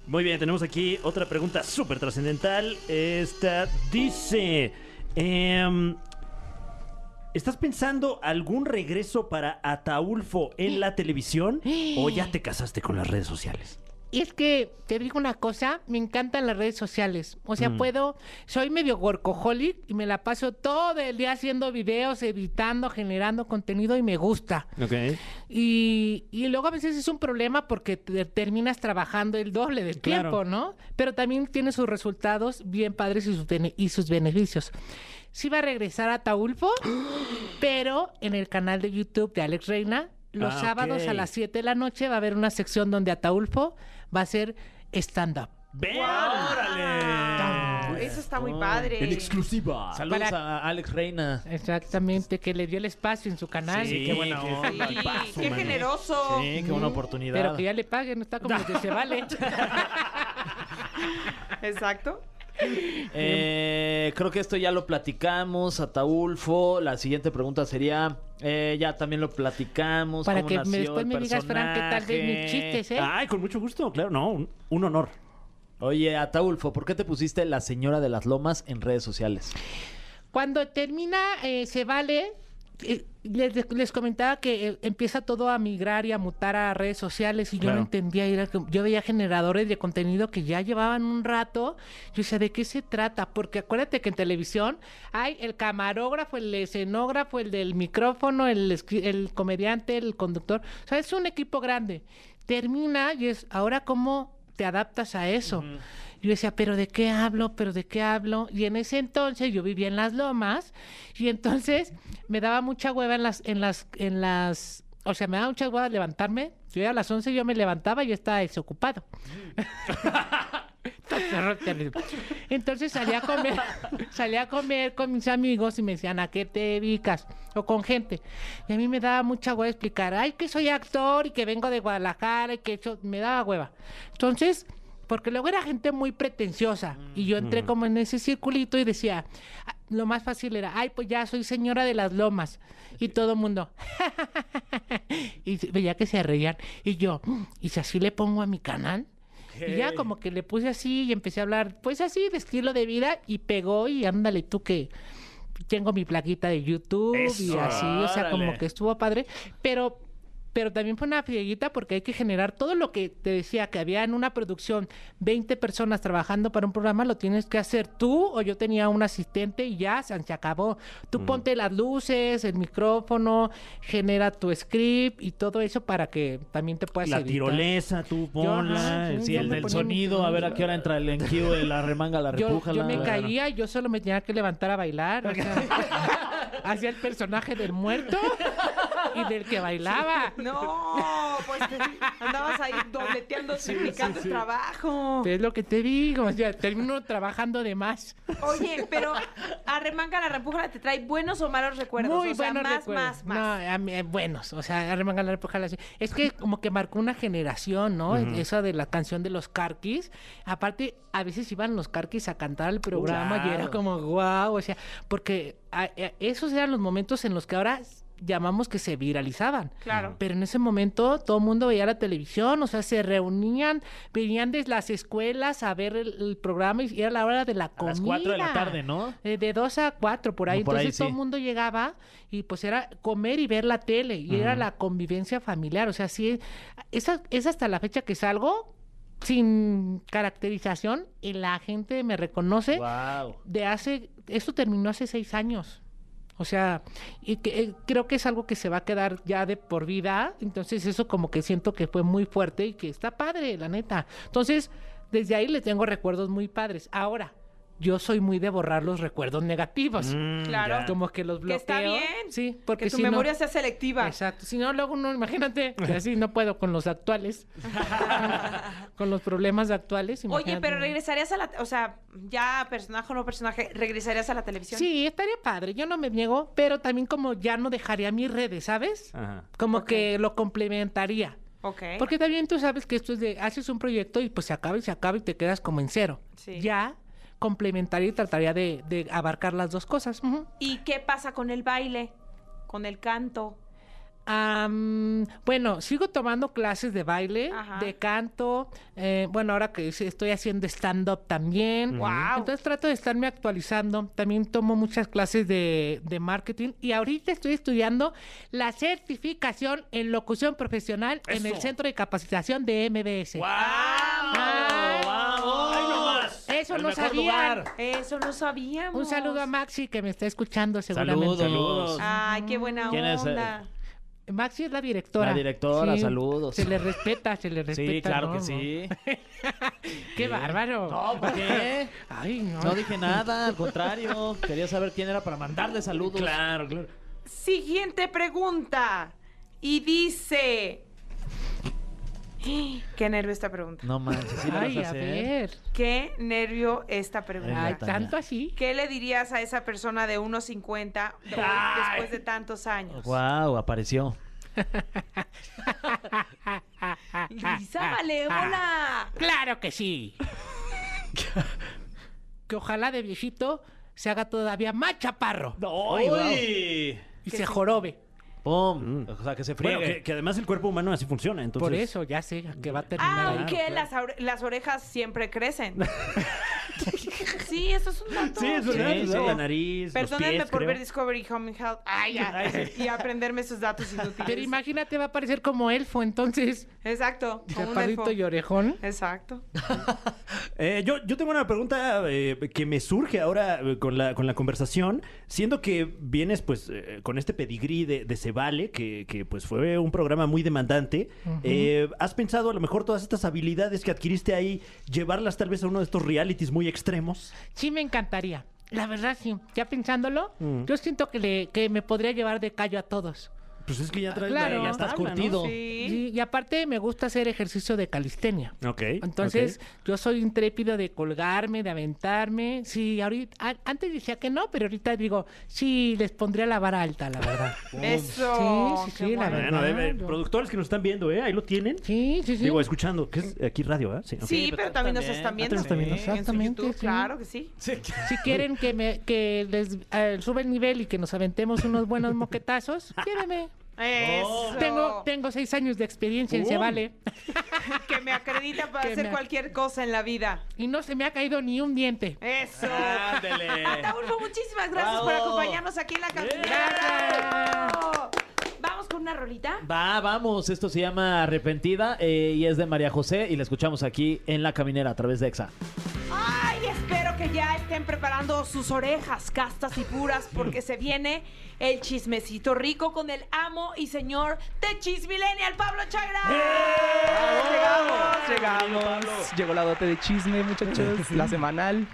Speaker 5: Muy bien, tenemos aquí otra pregunta súper trascendental. Esta dice... em, ¿Estás pensando algún regreso para Ataulfo en la televisión o ya te casaste con las redes sociales?
Speaker 7: Y es que te digo una cosa, me encantan las redes sociales. O sea, puedo, soy medio workaholic y me la paso todo el día haciendo videos, editando, generando contenido y me gusta.
Speaker 5: Ok.
Speaker 7: Y, y luego a veces es un problema porque te- terminas trabajando el doble del
Speaker 5: Claro.
Speaker 7: tiempo, ¿no? Pero también tiene sus resultados bien padres y sus, bene- y sus beneficios. Sí va a regresar a Taulfo, pero en el canal de YouTube de Alex Reina, los
Speaker 5: Ah,
Speaker 7: sábados
Speaker 5: ok.
Speaker 7: a las 7 de la noche va a haber una sección donde Ataulfo va a hacer stand-up.
Speaker 5: ¡Ve!
Speaker 3: Ah,
Speaker 5: ¡Órale!
Speaker 3: Eso está muy padre.
Speaker 4: exclusiva. Saludos
Speaker 7: Para-
Speaker 4: a Alex Reina.
Speaker 7: Exactamente, que le dio el espacio en su canal.
Speaker 5: Sí, qué buena onda.
Speaker 3: Sí,
Speaker 5: tipazo,
Speaker 3: qué
Speaker 5: man.
Speaker 3: generoso.
Speaker 4: Sí, qué buena oportunidad.
Speaker 7: Pero que ya le paguen, no está como que se vale.
Speaker 3: Exacto.
Speaker 4: Eh, creo que esto ya lo platicamos, Ataulfo. La siguiente pregunta sería, eh, ya también lo platicamos.
Speaker 7: Para
Speaker 4: cómo
Speaker 7: que me-
Speaker 4: nació
Speaker 7: después
Speaker 4: el
Speaker 7: me digas, Fran, qué tal de mis
Speaker 4: personaje.
Speaker 7: chistes, ¿eh?
Speaker 5: Ay, con mucho gusto, claro, no, un, un honor.
Speaker 4: Oye, Ataulfo, ¿por qué te pusiste la señora de las lomas en redes sociales?
Speaker 7: Cuando termina eh, Se Vale, eh, les, les comentaba que eh, empieza todo a migrar y a mutar a redes sociales y yo
Speaker 5: Claro.
Speaker 7: no entendía. y era como- yo veía generadores de contenido que ya llevaban un rato. Yo decía, ¿de qué se trata? Porque acuérdate que en televisión hay el camarógrafo, el escenógrafo, el del micrófono, el, escri- el comediante, el conductor. O sea, es un equipo grande. Termina y es, ¿ahora cómo te adaptas a eso? Yo decía, pero ¿de qué hablo? ¿Pero de qué hablo? Y en ese entonces yo vivía en las lomas y entonces me daba mucha hueva en las, en las, en las, o sea, me daba mucha hueva levantarme. Yo era a las 11 yo me levantaba y yo estaba desocupado. Entonces salía a comer, salía a comer con mis amigos y me decían, ¿a qué te dedicas? O con gente. Y a mí me daba mucha hueva explicar, ay, que soy actor y que vengo de Guadalajara y que eso, me daba hueva. Entonces, porque luego era gente muy pretenciosa y yo entré como en ese circulito y decía, ah, lo más fácil era, ay, pues ya soy señora de las lomas. Y todo el mundo, y veía que se reían. Y yo, ¿y si así le pongo a mi canal? Y ya como que le puse así y empecé a hablar, pues así, de estilo de vida, y pegó y ándale tú que tengo mi plaquita de YouTube y
Speaker 5: Eso,
Speaker 7: así, o sea, como
Speaker 5: órale.
Speaker 7: que estuvo padre, pero pero también fue una frieguita porque hay que generar todo lo que te decía que había en una producción, 20 personas trabajando para un programa, lo tienes que hacer tú o yo tenía un asistente y ya se se acabó. Tú ponte las luces, el micrófono, genera tu script y todo eso para que también te puedas
Speaker 5: La
Speaker 7: editar.
Speaker 5: tirolesa, tú ponla.
Speaker 7: ajá, sí,
Speaker 5: el-
Speaker 4: Sí,
Speaker 7: yo
Speaker 4: el
Speaker 7: me
Speaker 4: del
Speaker 7: ponía mi-
Speaker 4: sonido, a ver a qué hora entra el enquío de la remanga, la
Speaker 7: Yo,
Speaker 4: repuja.
Speaker 7: yo
Speaker 4: la-
Speaker 7: me
Speaker 4: la-
Speaker 7: caía y yo solo me tenía que levantar a bailar. o sea, hacía el personaje del muerto y del que bailaba.
Speaker 3: No, pues te- andabas ahí dobleteando, triplicando el trabajo.
Speaker 7: Es lo que te digo. O sea, termino trabajando de más.
Speaker 3: Oye, pero arremanga la repújala te trae buenos o malos recuerdos.
Speaker 7: Muy
Speaker 3: o sea,
Speaker 7: buenos
Speaker 3: más,
Speaker 7: recuerdos.
Speaker 3: más, más,
Speaker 7: No, a mí, eh, buenos. O sea, Arremanga la Época de la Ciudad. Es que como que marcó una generación, ¿no? Esa de la canción de los carquis. Aparte, a veces iban los carquis a cantar al programa y
Speaker 4: Claro.
Speaker 7: era como guau. o sea, porque a- a- esos eran los momentos en los que ahora llamamos que se viralizaban.
Speaker 3: Claro.
Speaker 7: Pero en ese momento todo el mundo veía la televisión, o sea, se reunían, venían de las escuelas a ver el, el programa y era la hora de la
Speaker 4: A
Speaker 7: comida.
Speaker 4: las 4 de la tarde, ¿no?
Speaker 7: Eh, de dos a cuatro, por ahí.
Speaker 4: Por ahí,
Speaker 7: Entonces todo
Speaker 4: sí.
Speaker 7: el mundo llegaba y pues era comer y ver la tele. Y era la convivencia familiar. O sea, sí, es, es hasta la fecha que salgo sin caracterización y la gente me reconoce
Speaker 4: Wow.
Speaker 7: de hace... Esto terminó hace seis años. O sea, y que, eh, creo que es algo que se va a quedar ya de por vida. Entonces eso como que siento que fue muy fuerte y que está padre, la neta. Entonces, desde ahí le tengo recuerdos muy padres. Ahora, yo soy muy de borrar los recuerdos negativos.
Speaker 5: Mm,
Speaker 3: Claro.
Speaker 5: ya.
Speaker 7: Como que los
Speaker 3: Que
Speaker 7: bloqueo.
Speaker 3: está bien.
Speaker 7: Sí, porque
Speaker 3: que tu
Speaker 7: si no-
Speaker 3: memoria sea selectiva.
Speaker 7: Exacto. Si no, luego uno, imagínate, que así no puedo con los actuales. con los problemas actuales.
Speaker 3: Oye,
Speaker 7: imagínate.
Speaker 3: pero regresarías a la, o sea, ya personaje o no personaje, regresarías a la televisión.
Speaker 7: Sí, estaría padre, yo no me niego, pero también como ya no dejaría mis redes, ¿sabes?
Speaker 5: Ajá.
Speaker 7: Como
Speaker 3: Ah, Ok.
Speaker 7: que lo complementaría.
Speaker 3: Ok.
Speaker 7: Porque también tú sabes que esto es de, haces un proyecto y pues se acaba y se acaba y te quedas como en cero.
Speaker 3: Sí.
Speaker 7: Ya complementaría y trataría de, de abarcar las dos cosas. ujú.
Speaker 3: ¿Y qué pasa con el baile? Con el canto.
Speaker 7: Am, bueno, sigo tomando clases de baile,
Speaker 3: Ajá.
Speaker 7: de canto. eh, bueno, ahora que sí estoy haciendo stand-up también.
Speaker 3: Guau.
Speaker 7: Entonces trato de estarme actualizando. También tomo muchas clases de, de marketing. Y ahorita estoy estudiando la certificación en locución profesional en el Centro de Capacitación de MBS. Ay.
Speaker 5: ¡Vamos! ¡Ay, no más!
Speaker 7: Eso
Speaker 5: Al
Speaker 7: Ah, no
Speaker 5: Ah, mejor
Speaker 7: sabían.
Speaker 5: lugar.
Speaker 3: Eso no sabíamos.
Speaker 7: Un saludo a Maxi que me está escuchando seguramente.
Speaker 4: Saludos.
Speaker 5: Saludos.
Speaker 9: Ah,
Speaker 3: Ay, qué buena
Speaker 4: ¿Quién es, eh?
Speaker 3: onda.
Speaker 7: Maxi es la directora.
Speaker 4: La directora, saludos.
Speaker 7: Se le respeta, se le respeta.
Speaker 4: Sí, claro
Speaker 7: ¿no?
Speaker 4: que sí.
Speaker 7: Qué bárbaro.
Speaker 4: No, ¿por qué?
Speaker 7: Ay, no.
Speaker 4: No dije nada, al contrario. Quería saber quién era para mandarle saludos.
Speaker 5: Claro, claro.
Speaker 3: Siguiente pregunta. Y dice. Qué nervio esta pregunta.
Speaker 4: No manches, sí lo ¿eh? vas
Speaker 7: Ay,
Speaker 4: a
Speaker 7: a
Speaker 4: hacer.
Speaker 7: ver.
Speaker 3: Qué nervio esta pregunta.
Speaker 7: Ay,
Speaker 4: Natalia.
Speaker 7: tanto así.
Speaker 3: ¿Qué le dirías a esa persona de 1.50 de- después de tantos años?
Speaker 4: Wow, apareció.
Speaker 3: Lisa
Speaker 5: Ah.
Speaker 3: Malévola.
Speaker 7: Claro que sí. que ojalá de viejito se haga todavía más chaparro
Speaker 4: ¡Uy!
Speaker 7: y se jorobe.
Speaker 4: ¡Pum! O sea, que se friegue.
Speaker 5: Mm. Bueno, que, que además el cuerpo humano así funciona, entonces.
Speaker 7: Por eso ya sé que va a terminar.
Speaker 3: Aunque las, aure- las orejas siempre crecen. sí, eso es un dato.
Speaker 5: Sí, es verdad.
Speaker 4: Sí,
Speaker 5: es
Speaker 4: sí.
Speaker 5: verdad. La nariz, los
Speaker 3: Perdónenme
Speaker 5: pies,
Speaker 3: por
Speaker 5: creo.
Speaker 3: ver Discovery Home and Health Ay, ya. y aprenderme esos datos inútiles.
Speaker 7: Pero imagínate, va a parecer como elfo, entonces.
Speaker 3: Exacto. como un
Speaker 7: Chaparrito
Speaker 3: elfo.
Speaker 7: y orejón.
Speaker 3: Exacto.
Speaker 5: Eh, yo, yo tengo una pregunta eh, que me surge ahora eh, con la, con la conversación, siendo que vienes pues eh, con este pedigrí de, de Se Vale, que, que, pues fue un programa muy demandante. Eh, ¿Has pensado a lo mejor todas estas habilidades que adquiriste ahí, llevarlas tal vez a uno de estos realities muy extremos?
Speaker 7: Sí, me encantaría. La verdad, sí. Ya pensándolo,
Speaker 4: Mm.
Speaker 7: yo siento que, le, que me podría llevar de callo a todos.
Speaker 5: Pues es que ya traes
Speaker 7: Ah, Claro.
Speaker 5: la-
Speaker 4: ya estás
Speaker 5: tabla, ¿no?
Speaker 4: curtido.
Speaker 3: Sí.
Speaker 7: Sí, y aparte, me gusta hacer ejercicio de calistenia.
Speaker 5: Ok.
Speaker 7: Entonces,
Speaker 5: ok.
Speaker 7: yo soy intrépido de colgarme, de aventarme. Sí, ahorita, a- antes decía que no, pero ahorita digo, sí, les pondría la vara alta, la verdad.
Speaker 3: Eso.
Speaker 7: Sí, sí,
Speaker 3: qué
Speaker 7: sí, la
Speaker 3: bueno.
Speaker 5: Bueno, eh, eh,
Speaker 7: Claro.
Speaker 5: productores que nos están viendo, ¿eh? Ahí lo tienen.
Speaker 7: Sí, sí, sí.
Speaker 5: Digo, escuchando, que es aquí radio, ¿verdad? Sí, ok.
Speaker 3: Sí,
Speaker 4: pero
Speaker 3: pero también nos
Speaker 4: también,
Speaker 3: están viendo.
Speaker 5: nos están viendo.
Speaker 3: en su
Speaker 7: Exactamente,
Speaker 3: YouTube,
Speaker 7: sí.
Speaker 3: Claro que sí.
Speaker 7: si quieren que, me, que les eh, suba el nivel y que nos aventemos unos buenos moquetazos, lléveme.
Speaker 3: Eso.
Speaker 7: Tengo, tengo seis años de experiencia
Speaker 9: Uh.
Speaker 7: en Se Vale.
Speaker 3: Que me acredita para
Speaker 7: Que
Speaker 3: hacer
Speaker 7: me ac-
Speaker 3: cualquier cosa en la vida.
Speaker 7: Y no se me ha caído ni un diente.
Speaker 3: Eso.
Speaker 4: Ándele.
Speaker 3: Ataulfo, muchísimas gracias por
Speaker 4: Bravo.
Speaker 3: acompañarnos aquí en la caminera.
Speaker 7: Gracias.
Speaker 3: Vamos con una rolita.
Speaker 4: Va, vamos. Esto se llama Arrepentida eh, y es de María José y la escuchamos aquí en La Caminera a través de EXA.
Speaker 3: Ay, espero que ya estén preparando sus orejas castas y puras porque se viene el chismecito rico con el amo y señor de Chismilenial, Pablo Chagra.
Speaker 9: ¡Eh! Llegamos, llegamos. Llegó la dote de chisme, muchachos. la semanal.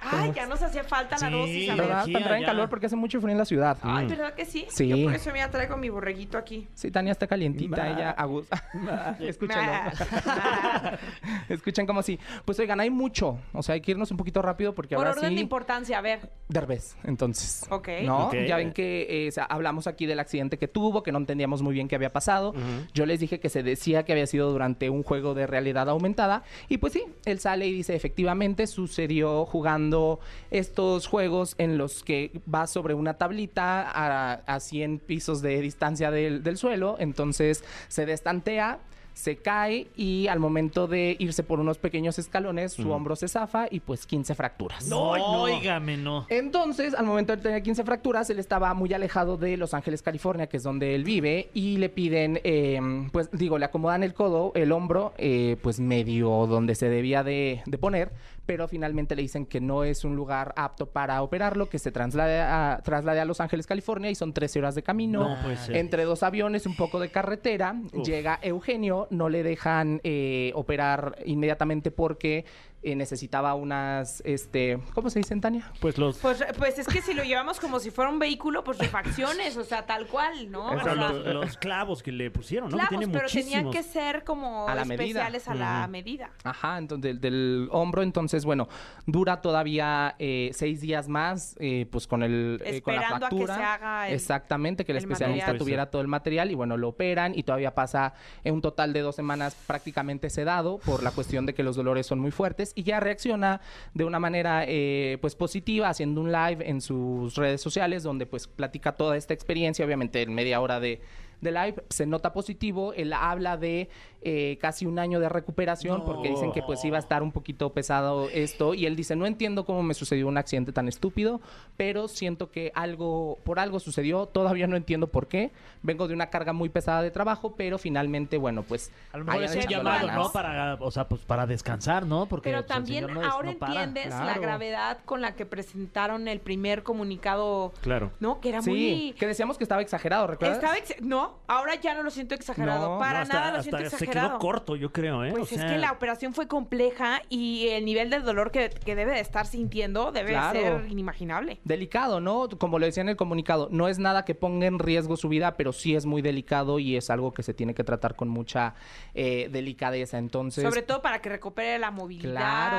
Speaker 3: Ay, ya nos hacía falta la
Speaker 4: Sí.
Speaker 3: dosis. a ver.
Speaker 9: ¿Verdad?
Speaker 4: energía,
Speaker 9: Para entrar en
Speaker 4: ya.
Speaker 9: calor porque hace mucho frío en la ciudad.
Speaker 3: Ay, ¿verdad que sí?
Speaker 9: Sí.
Speaker 3: Yo por eso me traigo mi borreguito aquí.
Speaker 9: Sí, Tania está calientita,
Speaker 5: Ma.
Speaker 9: ella a gusto. Escúchalo.
Speaker 3: Ma.
Speaker 9: Escuchen como si. Pues oigan, hay mucho. O sea, hay que irnos un poquito rápido porque
Speaker 3: Por
Speaker 9: ahora
Speaker 3: orden de
Speaker 9: sí.
Speaker 3: importancia, a ver.
Speaker 9: Derbez, entonces.
Speaker 3: Ok.
Speaker 9: ¿No?
Speaker 5: Ok.
Speaker 9: Ya ven que eh, o sea, hablamos aquí del accidente que tuvo, que no entendíamos muy bien qué había pasado. Yo les dije que se decía que había sido durante un juego de realidad aumentada. Y pues sí, él sale y dice, efectivamente, sucedió jugando estos juegos en los que vas sobre una tablita a, a 100 pisos de distancia del, del suelo. Entonces se destantea. Se cae y al momento de irse por unos pequeños escalones, su hombro se zafa y pues 15 fracturas.
Speaker 4: Óigame, no.
Speaker 9: Entonces, al momento de tener 15 fracturas, él estaba muy alejado de Los Ángeles, California, que es donde él vive, y le piden, eh, pues digo, le acomodan el codo, el hombro, eh, pues medio donde se debía de, de poner, pero finalmente le dicen que no es un lugar apto para operarlo, que se traslade a, traslade a Los Ángeles, California, y son 13 horas de camino,
Speaker 5: No puede ser.
Speaker 9: entre dos aviones, un poco de carretera, llega Eugenio, no le dejan eh, operar inmediatamente porque... eh, eh, necesitaba unas, este, ¿cómo se dicen, Tania?
Speaker 5: Pues los...
Speaker 3: Pues, pues es que si lo llevamos como si fuera un vehículo, pues refacciones, o sea, tal cual, ¿no? O
Speaker 5: o
Speaker 3: sea,
Speaker 5: sea, los, los clavos que le pusieron, ¿no? Que
Speaker 3: clavos,
Speaker 5: tiene
Speaker 3: pero tenían
Speaker 5: muchísimos.
Speaker 3: que ser como
Speaker 9: A la medida.
Speaker 3: especiales a la medida.
Speaker 9: Ajá, entonces del, del hombro, entonces bueno, dura todavía eh, seis días más, eh, pues con el eh, con la
Speaker 3: Esperando a que
Speaker 9: fractura.
Speaker 3: se haga el-
Speaker 9: exactamente, que el,
Speaker 3: el
Speaker 9: especialista
Speaker 3: material.
Speaker 9: tuviera todo el material y bueno, lo operan y todavía pasa en un total de dos semanas prácticamente sedado por la cuestión de que los dolores son muy fuertes y ya reacciona de una manera eh, pues positiva haciendo un live en sus redes sociales donde pues platica toda esta experiencia, obviamente en media hora de de live, se nota positivo, él habla de eh, casi un año de recuperación porque dicen que pues iba a estar un poquito pesado esto y él dice, no entiendo cómo me sucedió un accidente tan estúpido, pero siento que algo, por algo sucedió, todavía no entiendo por qué, vengo de una carga muy pesada de trabajo, pero finalmente, bueno, pues...
Speaker 4: A lo mejor
Speaker 9: hayan
Speaker 4: es un
Speaker 9: echado
Speaker 4: llamado,
Speaker 9: ganas".
Speaker 4: ¿no? Para, o sea, pues para descansar, ¿no? Porque
Speaker 3: Pero
Speaker 4: pues, el
Speaker 3: también
Speaker 4: señor no es-
Speaker 3: ahora
Speaker 4: no para.
Speaker 3: entiendes la
Speaker 9: claro.
Speaker 3: gravedad con la que presentaron el primer comunicado,
Speaker 5: Claro.
Speaker 3: ¿no? Que era
Speaker 9: Sí,
Speaker 3: muy...
Speaker 9: que decíamos que estaba exagerado, ¿recuerdas?
Speaker 3: Estaba ex- No, ahora ya no lo siento exagerado.
Speaker 9: No,
Speaker 5: No,
Speaker 3: Para
Speaker 5: hasta-
Speaker 3: nada lo
Speaker 5: hasta
Speaker 3: siento
Speaker 5: se
Speaker 3: exagerado.
Speaker 5: quedó corto, yo creo, ¿eh? O
Speaker 3: Pues es
Speaker 5: sea,
Speaker 3: que la operación fue compleja y el nivel de dolor que, que debe de estar sintiendo debe de
Speaker 9: Claro.
Speaker 3: ser inimaginable.
Speaker 9: Delicado, ¿no? Como lo decía en el comunicado, no es nada que ponga en riesgo su vida, pero sí es muy delicado y es algo que se tiene que tratar con mucha eh, delicadeza. Entonces,
Speaker 3: Sobre todo para que recupere la movilidad,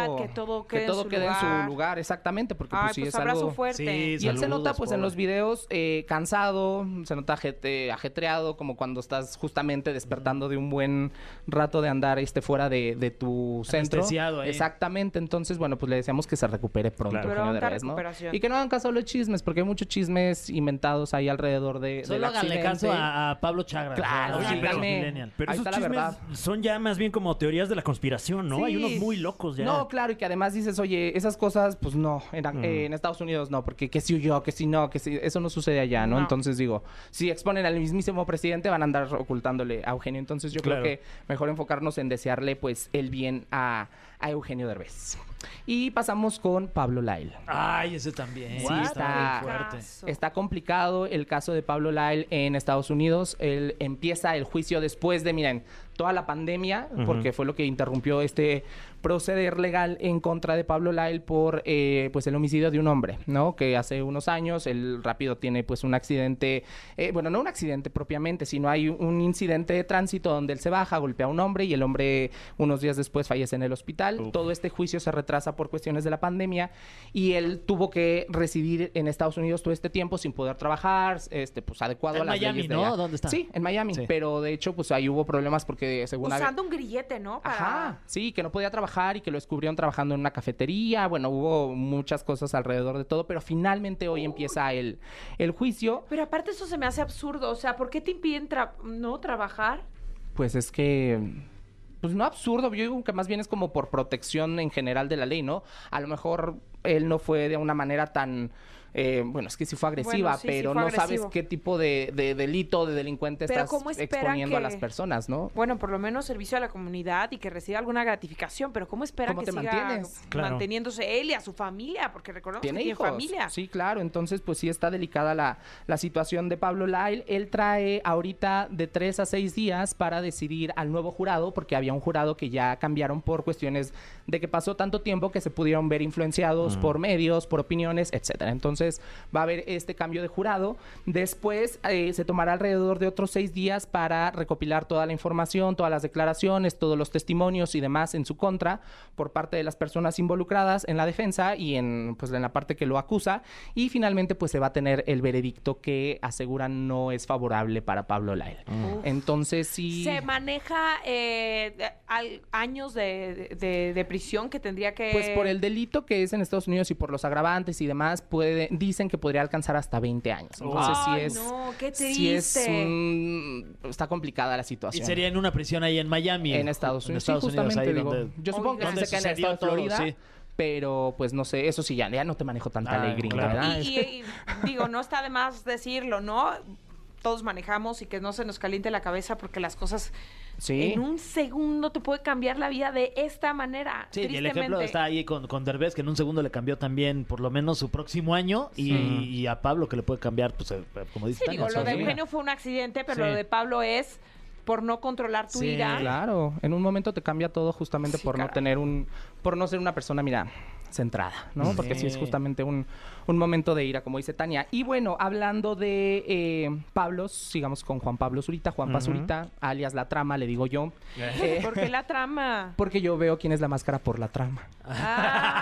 Speaker 9: claro,
Speaker 3: que todo quede, en, su
Speaker 9: en su lugar, exactamente, porque
Speaker 3: Ay,
Speaker 9: pues, sí
Speaker 3: pues
Speaker 9: es algo.
Speaker 3: abrazo fuerte.
Speaker 4: Sí,
Speaker 9: Y él se nota
Speaker 4: Saludos,
Speaker 9: pues
Speaker 4: pobre.
Speaker 9: en los videos eh, cansado, se nota ajete- ajetreado, como cuando estás justamente despertando de un buen rato de andar este fuera de, de tu centro.
Speaker 4: Anestesiado ahí.
Speaker 9: Exactamente, entonces bueno, pues le deseamos que se recupere pronto.
Speaker 5: Claro.
Speaker 9: Eugenio
Speaker 3: Pronta
Speaker 9: Derbez, ¿no?
Speaker 3: recuperación.
Speaker 9: Y que no hagan caso a los chismes, porque hay muchos chismes inventados ahí alrededor de... del
Speaker 4: Solo háganle
Speaker 9: accidente.
Speaker 4: caso a, a Pablo Chagra.
Speaker 9: Claro,
Speaker 4: o sea,
Speaker 5: sí,
Speaker 4: pero-
Speaker 5: dame.
Speaker 4: millennial.
Speaker 5: Pero
Speaker 9: Ahí
Speaker 5: esos
Speaker 9: está la
Speaker 5: chismes
Speaker 9: verdad.
Speaker 5: son ya más bien como teorías de la conspiración, ¿no? Hay
Speaker 9: Sí.
Speaker 5: unos muy locos ya. Mm.
Speaker 9: No, claro, y que además dices, oye, esas cosas, pues no, en, eh, en Estados Unidos no, porque que si huyó, que si no, que si eso no sucede allá, ¿no?
Speaker 3: No.
Speaker 9: Entonces digo, si exponen al mismísimo presidente, van a andar ocultándole a Eugenio. Entonces yo
Speaker 5: Claro.
Speaker 9: creo que mejor enfocarnos en desearle, pues, el bien a, a Eugenio Derbez. Y pasamos con Pablo Lail.
Speaker 4: Ay, ese también.
Speaker 9: Sí,
Speaker 4: What?
Speaker 9: está-
Speaker 4: muy fuerte.
Speaker 3: Caso.
Speaker 9: Está complicado el caso de Pablo Lyle en Estados Unidos. Él empieza el juicio después de, miren, toda la pandemia, porque fue lo que interrumpió este proceder legal en contra de Pablo Lyle por eh, pues el homicidio de un hombre, ¿no? Que hace unos años él rápido tiene pues un accidente, eh, bueno, no un accidente propiamente, sino hay un incidente de tránsito donde él se baja, golpea a un hombre y el hombre unos días después fallece en el hospital. Todo este juicio se retrasa por cuestiones de la pandemia y él tuvo que residir en Estados Unidos todo este tiempo sin poder trabajar, este, pues adecuado
Speaker 4: En
Speaker 9: a las
Speaker 4: Miami,
Speaker 9: leyes de
Speaker 4: ¿no?
Speaker 9: allá.
Speaker 4: ¿Dónde está?
Speaker 9: Sí, en Miami.
Speaker 4: Sí.
Speaker 9: Pero de hecho, pues ahí hubo problemas porque según había-
Speaker 3: Usando un grillete, ¿no? Para...
Speaker 9: Ajá, sí, que no podía trabajar y que lo descubrieron trabajando en una cafetería. Bueno, hubo muchas cosas alrededor de todo, pero finalmente hoy empieza el, el juicio.
Speaker 3: Pero aparte eso se me hace absurdo, o sea, ¿por qué te impiden tra- no trabajar?
Speaker 9: Pues es que. Pues no absurdo, yo digo que más bien es como por protección en general de la ley, ¿no? A lo mejor él no fue de una manera tan. eh, bueno, es que sí fue agresiva,
Speaker 3: Bueno, sí, sí
Speaker 9: pero
Speaker 3: fue
Speaker 9: no sabes
Speaker 3: agresivo.
Speaker 9: qué tipo de, de delito, de delincuente
Speaker 3: Pero
Speaker 9: estás
Speaker 3: ¿cómo espera
Speaker 9: exponiendo a
Speaker 3: que-
Speaker 9: las personas, ¿no?
Speaker 3: Bueno, por lo menos servicio a la comunidad y que reciba alguna gratificación, pero ¿cómo espera
Speaker 9: ¿Cómo
Speaker 3: que
Speaker 9: te
Speaker 3: siga
Speaker 9: mantienes?
Speaker 5: Claro.
Speaker 3: manteniéndose él y a su familia? Porque recordemos que tiene familia.
Speaker 9: Sí, claro. Entonces, pues sí está delicada la, la situación de Pablo Lyle. Él trae ahorita de tres a seis días para decidir al nuevo jurado, porque había un jurado que ya cambiaron por cuestiones de que pasó tanto tiempo que se pudieron ver influenciados por medios, por opiniones, etcétera. Entonces, va a haber este cambio de jurado. Después eh, se tomará alrededor de otros seis días para recopilar toda la información, todas las declaraciones, todos los testimonios y demás en su contra por parte de las personas involucradas en la defensa y en, pues, en la parte que lo acusa. Y finalmente pues se va a tener el veredicto que aseguran no es favorable para Pablo Lael. Entonces sí...
Speaker 3: Se maneja eh, de- al- años de, de- de prisión que tendría que...
Speaker 9: Pues por el delito que es en Estados Unidos y por los agravantes y demás, puede, dicen que podría alcanzar hasta 20 años. Entonces sí
Speaker 3: Ay,
Speaker 9: es...
Speaker 3: no, qué
Speaker 9: sí es
Speaker 3: triste.
Speaker 9: un- Mm, Está complicada la
Speaker 4: Y
Speaker 9: situación.
Speaker 4: sería en una prisión ahí en Miami.
Speaker 9: En Estados
Speaker 4: En
Speaker 9: Unidos.
Speaker 4: Estados
Speaker 9: sí,
Speaker 4: Unidos,
Speaker 9: justamente,
Speaker 4: ahí
Speaker 9: digo.
Speaker 4: donde...
Speaker 9: Yo supongo que
Speaker 4: donde
Speaker 9: se queda en el
Speaker 4: sucedió
Speaker 9: estado de Florida.
Speaker 4: todo, sí.
Speaker 9: Pero, pues no sé, eso sí, ya, ya no te manejo tanta
Speaker 4: Ah,
Speaker 9: ley gringa,
Speaker 4: claro.
Speaker 9: ¿verdad?
Speaker 3: Y, y- y digo, no está de más decirlo, ¿no? Todos manejamos y que no se nos caliente la cabeza porque las cosas
Speaker 9: Sí.
Speaker 3: en un segundo te puede cambiar la vida de esta manera.
Speaker 4: Sí, y el ejemplo
Speaker 3: tristemente.
Speaker 4: está ahí con, con Derbez, que en un segundo le cambió también por lo menos su próximo año, y, y a Pablo que le puede cambiar, pues eh, como dice
Speaker 3: Sí,
Speaker 4: Tania,
Speaker 3: digo,
Speaker 4: su
Speaker 3: lo de
Speaker 4: vida.
Speaker 3: Eugenio fue un accidente, pero
Speaker 4: Sí.
Speaker 3: lo de Pablo es por no controlar tu
Speaker 9: Sí,
Speaker 3: ira.
Speaker 9: Claro, en un momento te cambia todo justamente
Speaker 3: Sí,
Speaker 9: por
Speaker 3: caray.
Speaker 9: no tener un, por no ser una persona, mira, centrada, ¿no? Porque sí es
Speaker 4: Sí.
Speaker 9: justamente un, un momento de ira, como dice Tania. Y bueno, hablando de eh, Pablo, sigamos con Juan Pablo Zurita, Juan Pazurita, alias La Trama, le digo yo, Eh,
Speaker 3: ¿Por qué la trama?
Speaker 9: porque yo veo quién es la máscara por la trama.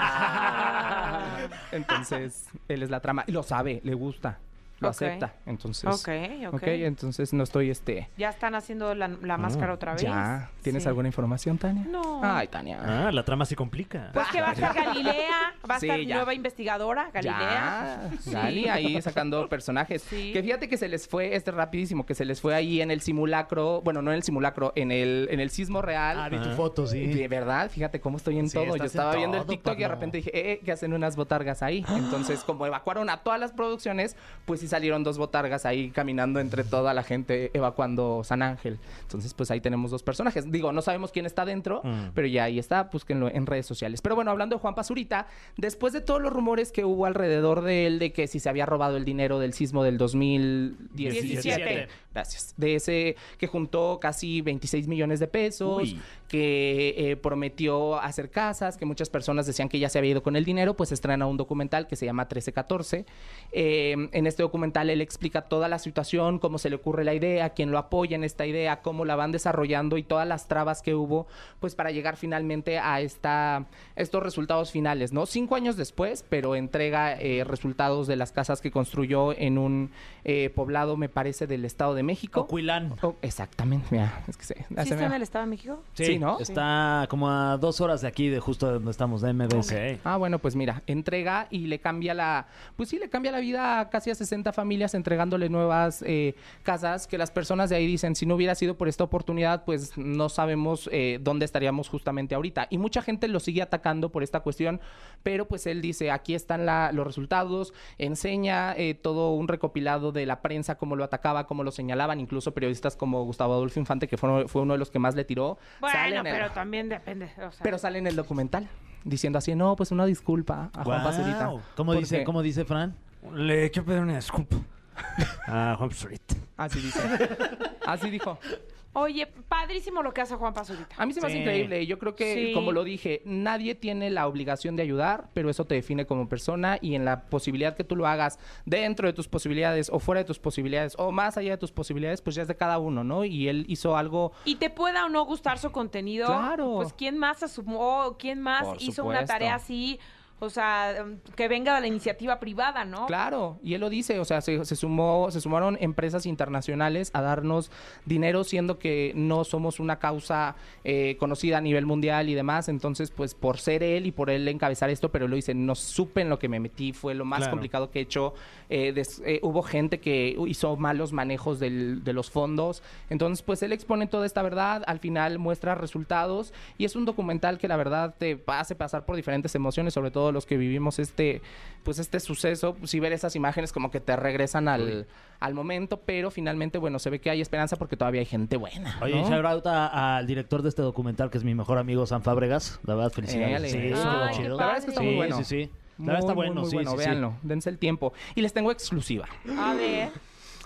Speaker 3: Ah.
Speaker 9: Entonces, él es la trama, y lo sabe, le gusta, lo
Speaker 3: Ok.
Speaker 9: acepta. Entonces,
Speaker 3: Ok, ok.
Speaker 9: ok, entonces no estoy este...
Speaker 3: Ya están haciendo la, la máscara otra vez.
Speaker 9: Mm, Ya, ¿tienes
Speaker 3: Sí.
Speaker 9: alguna información, Tania?
Speaker 3: No.
Speaker 9: Ay, Tania.
Speaker 5: Ah, la trama se complica.
Speaker 3: Pues que va a estar Galilea, va a
Speaker 9: Sí,
Speaker 3: estar
Speaker 9: ya.
Speaker 3: nueva investigadora, Galilea.
Speaker 9: Ya, Gali ahí sacando personajes.
Speaker 3: Sí.
Speaker 9: Que fíjate que se les fue, este rapidísimo, que se les fue ahí en el simulacro, bueno, no en el simulacro, en el, en el sismo real.
Speaker 4: Ah, vi tu foto, sí.
Speaker 9: De verdad, fíjate cómo estoy en
Speaker 4: Sí,
Speaker 9: todo. Yo
Speaker 4: estás en
Speaker 9: estaba viendo el
Speaker 4: todo,
Speaker 9: TikTok y de
Speaker 4: Pablo.
Speaker 9: repente dije, eh, eh, que hacen unas botargas ahí. Entonces, como evacuaron a todas las producciones, pues sí salieron dos botargas ahí caminando entre toda la gente evacuando San Ángel. Entonces, pues ahí tenemos dos personajes. Digo, no sabemos quién está dentro,
Speaker 4: Mm.
Speaker 9: pero ya ahí está, búsquenlo en redes sociales. Pero bueno, hablando de Juan Pazurita, después de todos los rumores que hubo alrededor de él de que si se había robado el dinero del sismo del 2017.
Speaker 3: 17.
Speaker 9: Gracias. De ese que juntó casi 26 millones de pesos,
Speaker 5: Uy.
Speaker 9: que eh, prometió hacer casas, que muchas personas decían que ya se había ido con el dinero, pues estrena un documental que se llama 1314. Eh, en este documental él explica toda la situación, cómo se le ocurre la idea, quién lo apoya en esta idea, cómo la van desarrollando y todas las trabas que hubo, pues para llegar finalmente a esta, estos resultados finales, ¿no? Cinco años después, pero entrega eh, resultados de las casas que construyó en un eh, poblado, me parece, del Estado de México.
Speaker 5: Coquilán.
Speaker 9: Oh, exactamente, mira, es que se,
Speaker 3: ¿Sí
Speaker 9: se
Speaker 3: está
Speaker 9: me-
Speaker 3: en el Estado de México?
Speaker 9: sí, ¿no?
Speaker 4: Está Ah, como a dos horas de aquí, de justo donde estamos, de MBS.
Speaker 9: Ah, bueno, pues mira, entrega y le cambia la, pues sí, le cambia la vida a casi a 60 familias entregándole nuevas eh, casas que las personas de ahí dicen, si no hubiera sido por esta oportunidad, pues no sabemos eh, dónde estaríamos justamente ahorita. Y mucha gente lo sigue atacando por esta cuestión, pero pues él dice, aquí están la- los resultados, enseña eh, todo un recopilado de la prensa, cómo lo atacaba, cómo lo señalaban, incluso periodistas como Gustavo Adolfo Infante, que fueron- fue uno de los que más le tiró.
Speaker 3: Bueno,
Speaker 9: salen en-
Speaker 3: pero también depende. o sea,
Speaker 9: pero sale en el documental diciendo así, no, pues una disculpa a Juan
Speaker 5: Guau.
Speaker 9: Pazurita.
Speaker 4: ¿Cómo
Speaker 9: Porque-
Speaker 4: dice, ¿Cómo dice Fran?
Speaker 5: Le quiero pedir una disculpa. Ah, Juan Pazurita.
Speaker 9: Así dice. así dijo.
Speaker 3: Oye, padrísimo lo que hace Juan Pazurita.
Speaker 9: A mí se me hace
Speaker 5: Sí.
Speaker 9: increíble. Yo creo que,
Speaker 3: Sí.
Speaker 9: como lo dije, nadie tiene la obligación de ayudar, pero eso te define como persona y en la posibilidad que tú lo hagas dentro de tus posibilidades o fuera de tus posibilidades o más allá de tus posibilidades, pues ya es de cada uno, ¿no? Y él hizo algo
Speaker 3: Y te pueda o no gustar su contenido.
Speaker 9: Claro.
Speaker 3: Pues quién más asumó, quién más
Speaker 9: Por
Speaker 3: hizo una
Speaker 9: supuesto.
Speaker 3: tarea así, o sea, em, que venga de la iniciativa privada, ¿no?
Speaker 9: Claro, y él lo dice, o sea, se, se sumó, se sumaron empresas internacionales a darnos dinero, siendo que no somos una causa eh, conocida a nivel mundial y demás. Entonces, pues por ser él y por él encabezar esto, pero él lo dice, no supe en lo que me metí, fue lo más
Speaker 5: Claro.
Speaker 9: complicado que he hecho. Eh, des- eh, hubo gente que hizo malos manejos del- de los fondos. Entonces, pues él expone toda esta verdad, al final muestra resultados y es un documental que la verdad te hace pasar por diferentes emociones, sobre todo los que vivimos este, pues este suceso, si ver esas imágenes como que te regresan al, al momento, pero finalmente, bueno, se ve que hay esperanza porque todavía hay gente buena.
Speaker 4: Oye,
Speaker 9: ¿no?
Speaker 4: shout out a- al director de este documental, que es mi mejor amigo, San Fabregas. La verdad, felicidades.
Speaker 9: Éale.
Speaker 4: Sí,
Speaker 9: Ay,
Speaker 4: estuvo
Speaker 3: qué
Speaker 4: chido.
Speaker 9: La verdad es que está muy
Speaker 4: Sí,
Speaker 9: bueno.
Speaker 4: sí, sí. La
Speaker 9: Muy,
Speaker 4: verdad está
Speaker 9: muy,
Speaker 4: bueno,
Speaker 9: muy
Speaker 4: sí,
Speaker 9: bueno,
Speaker 4: sí, sí.
Speaker 9: véanlo, dense el tiempo. Y les tengo exclusiva.
Speaker 3: A ver.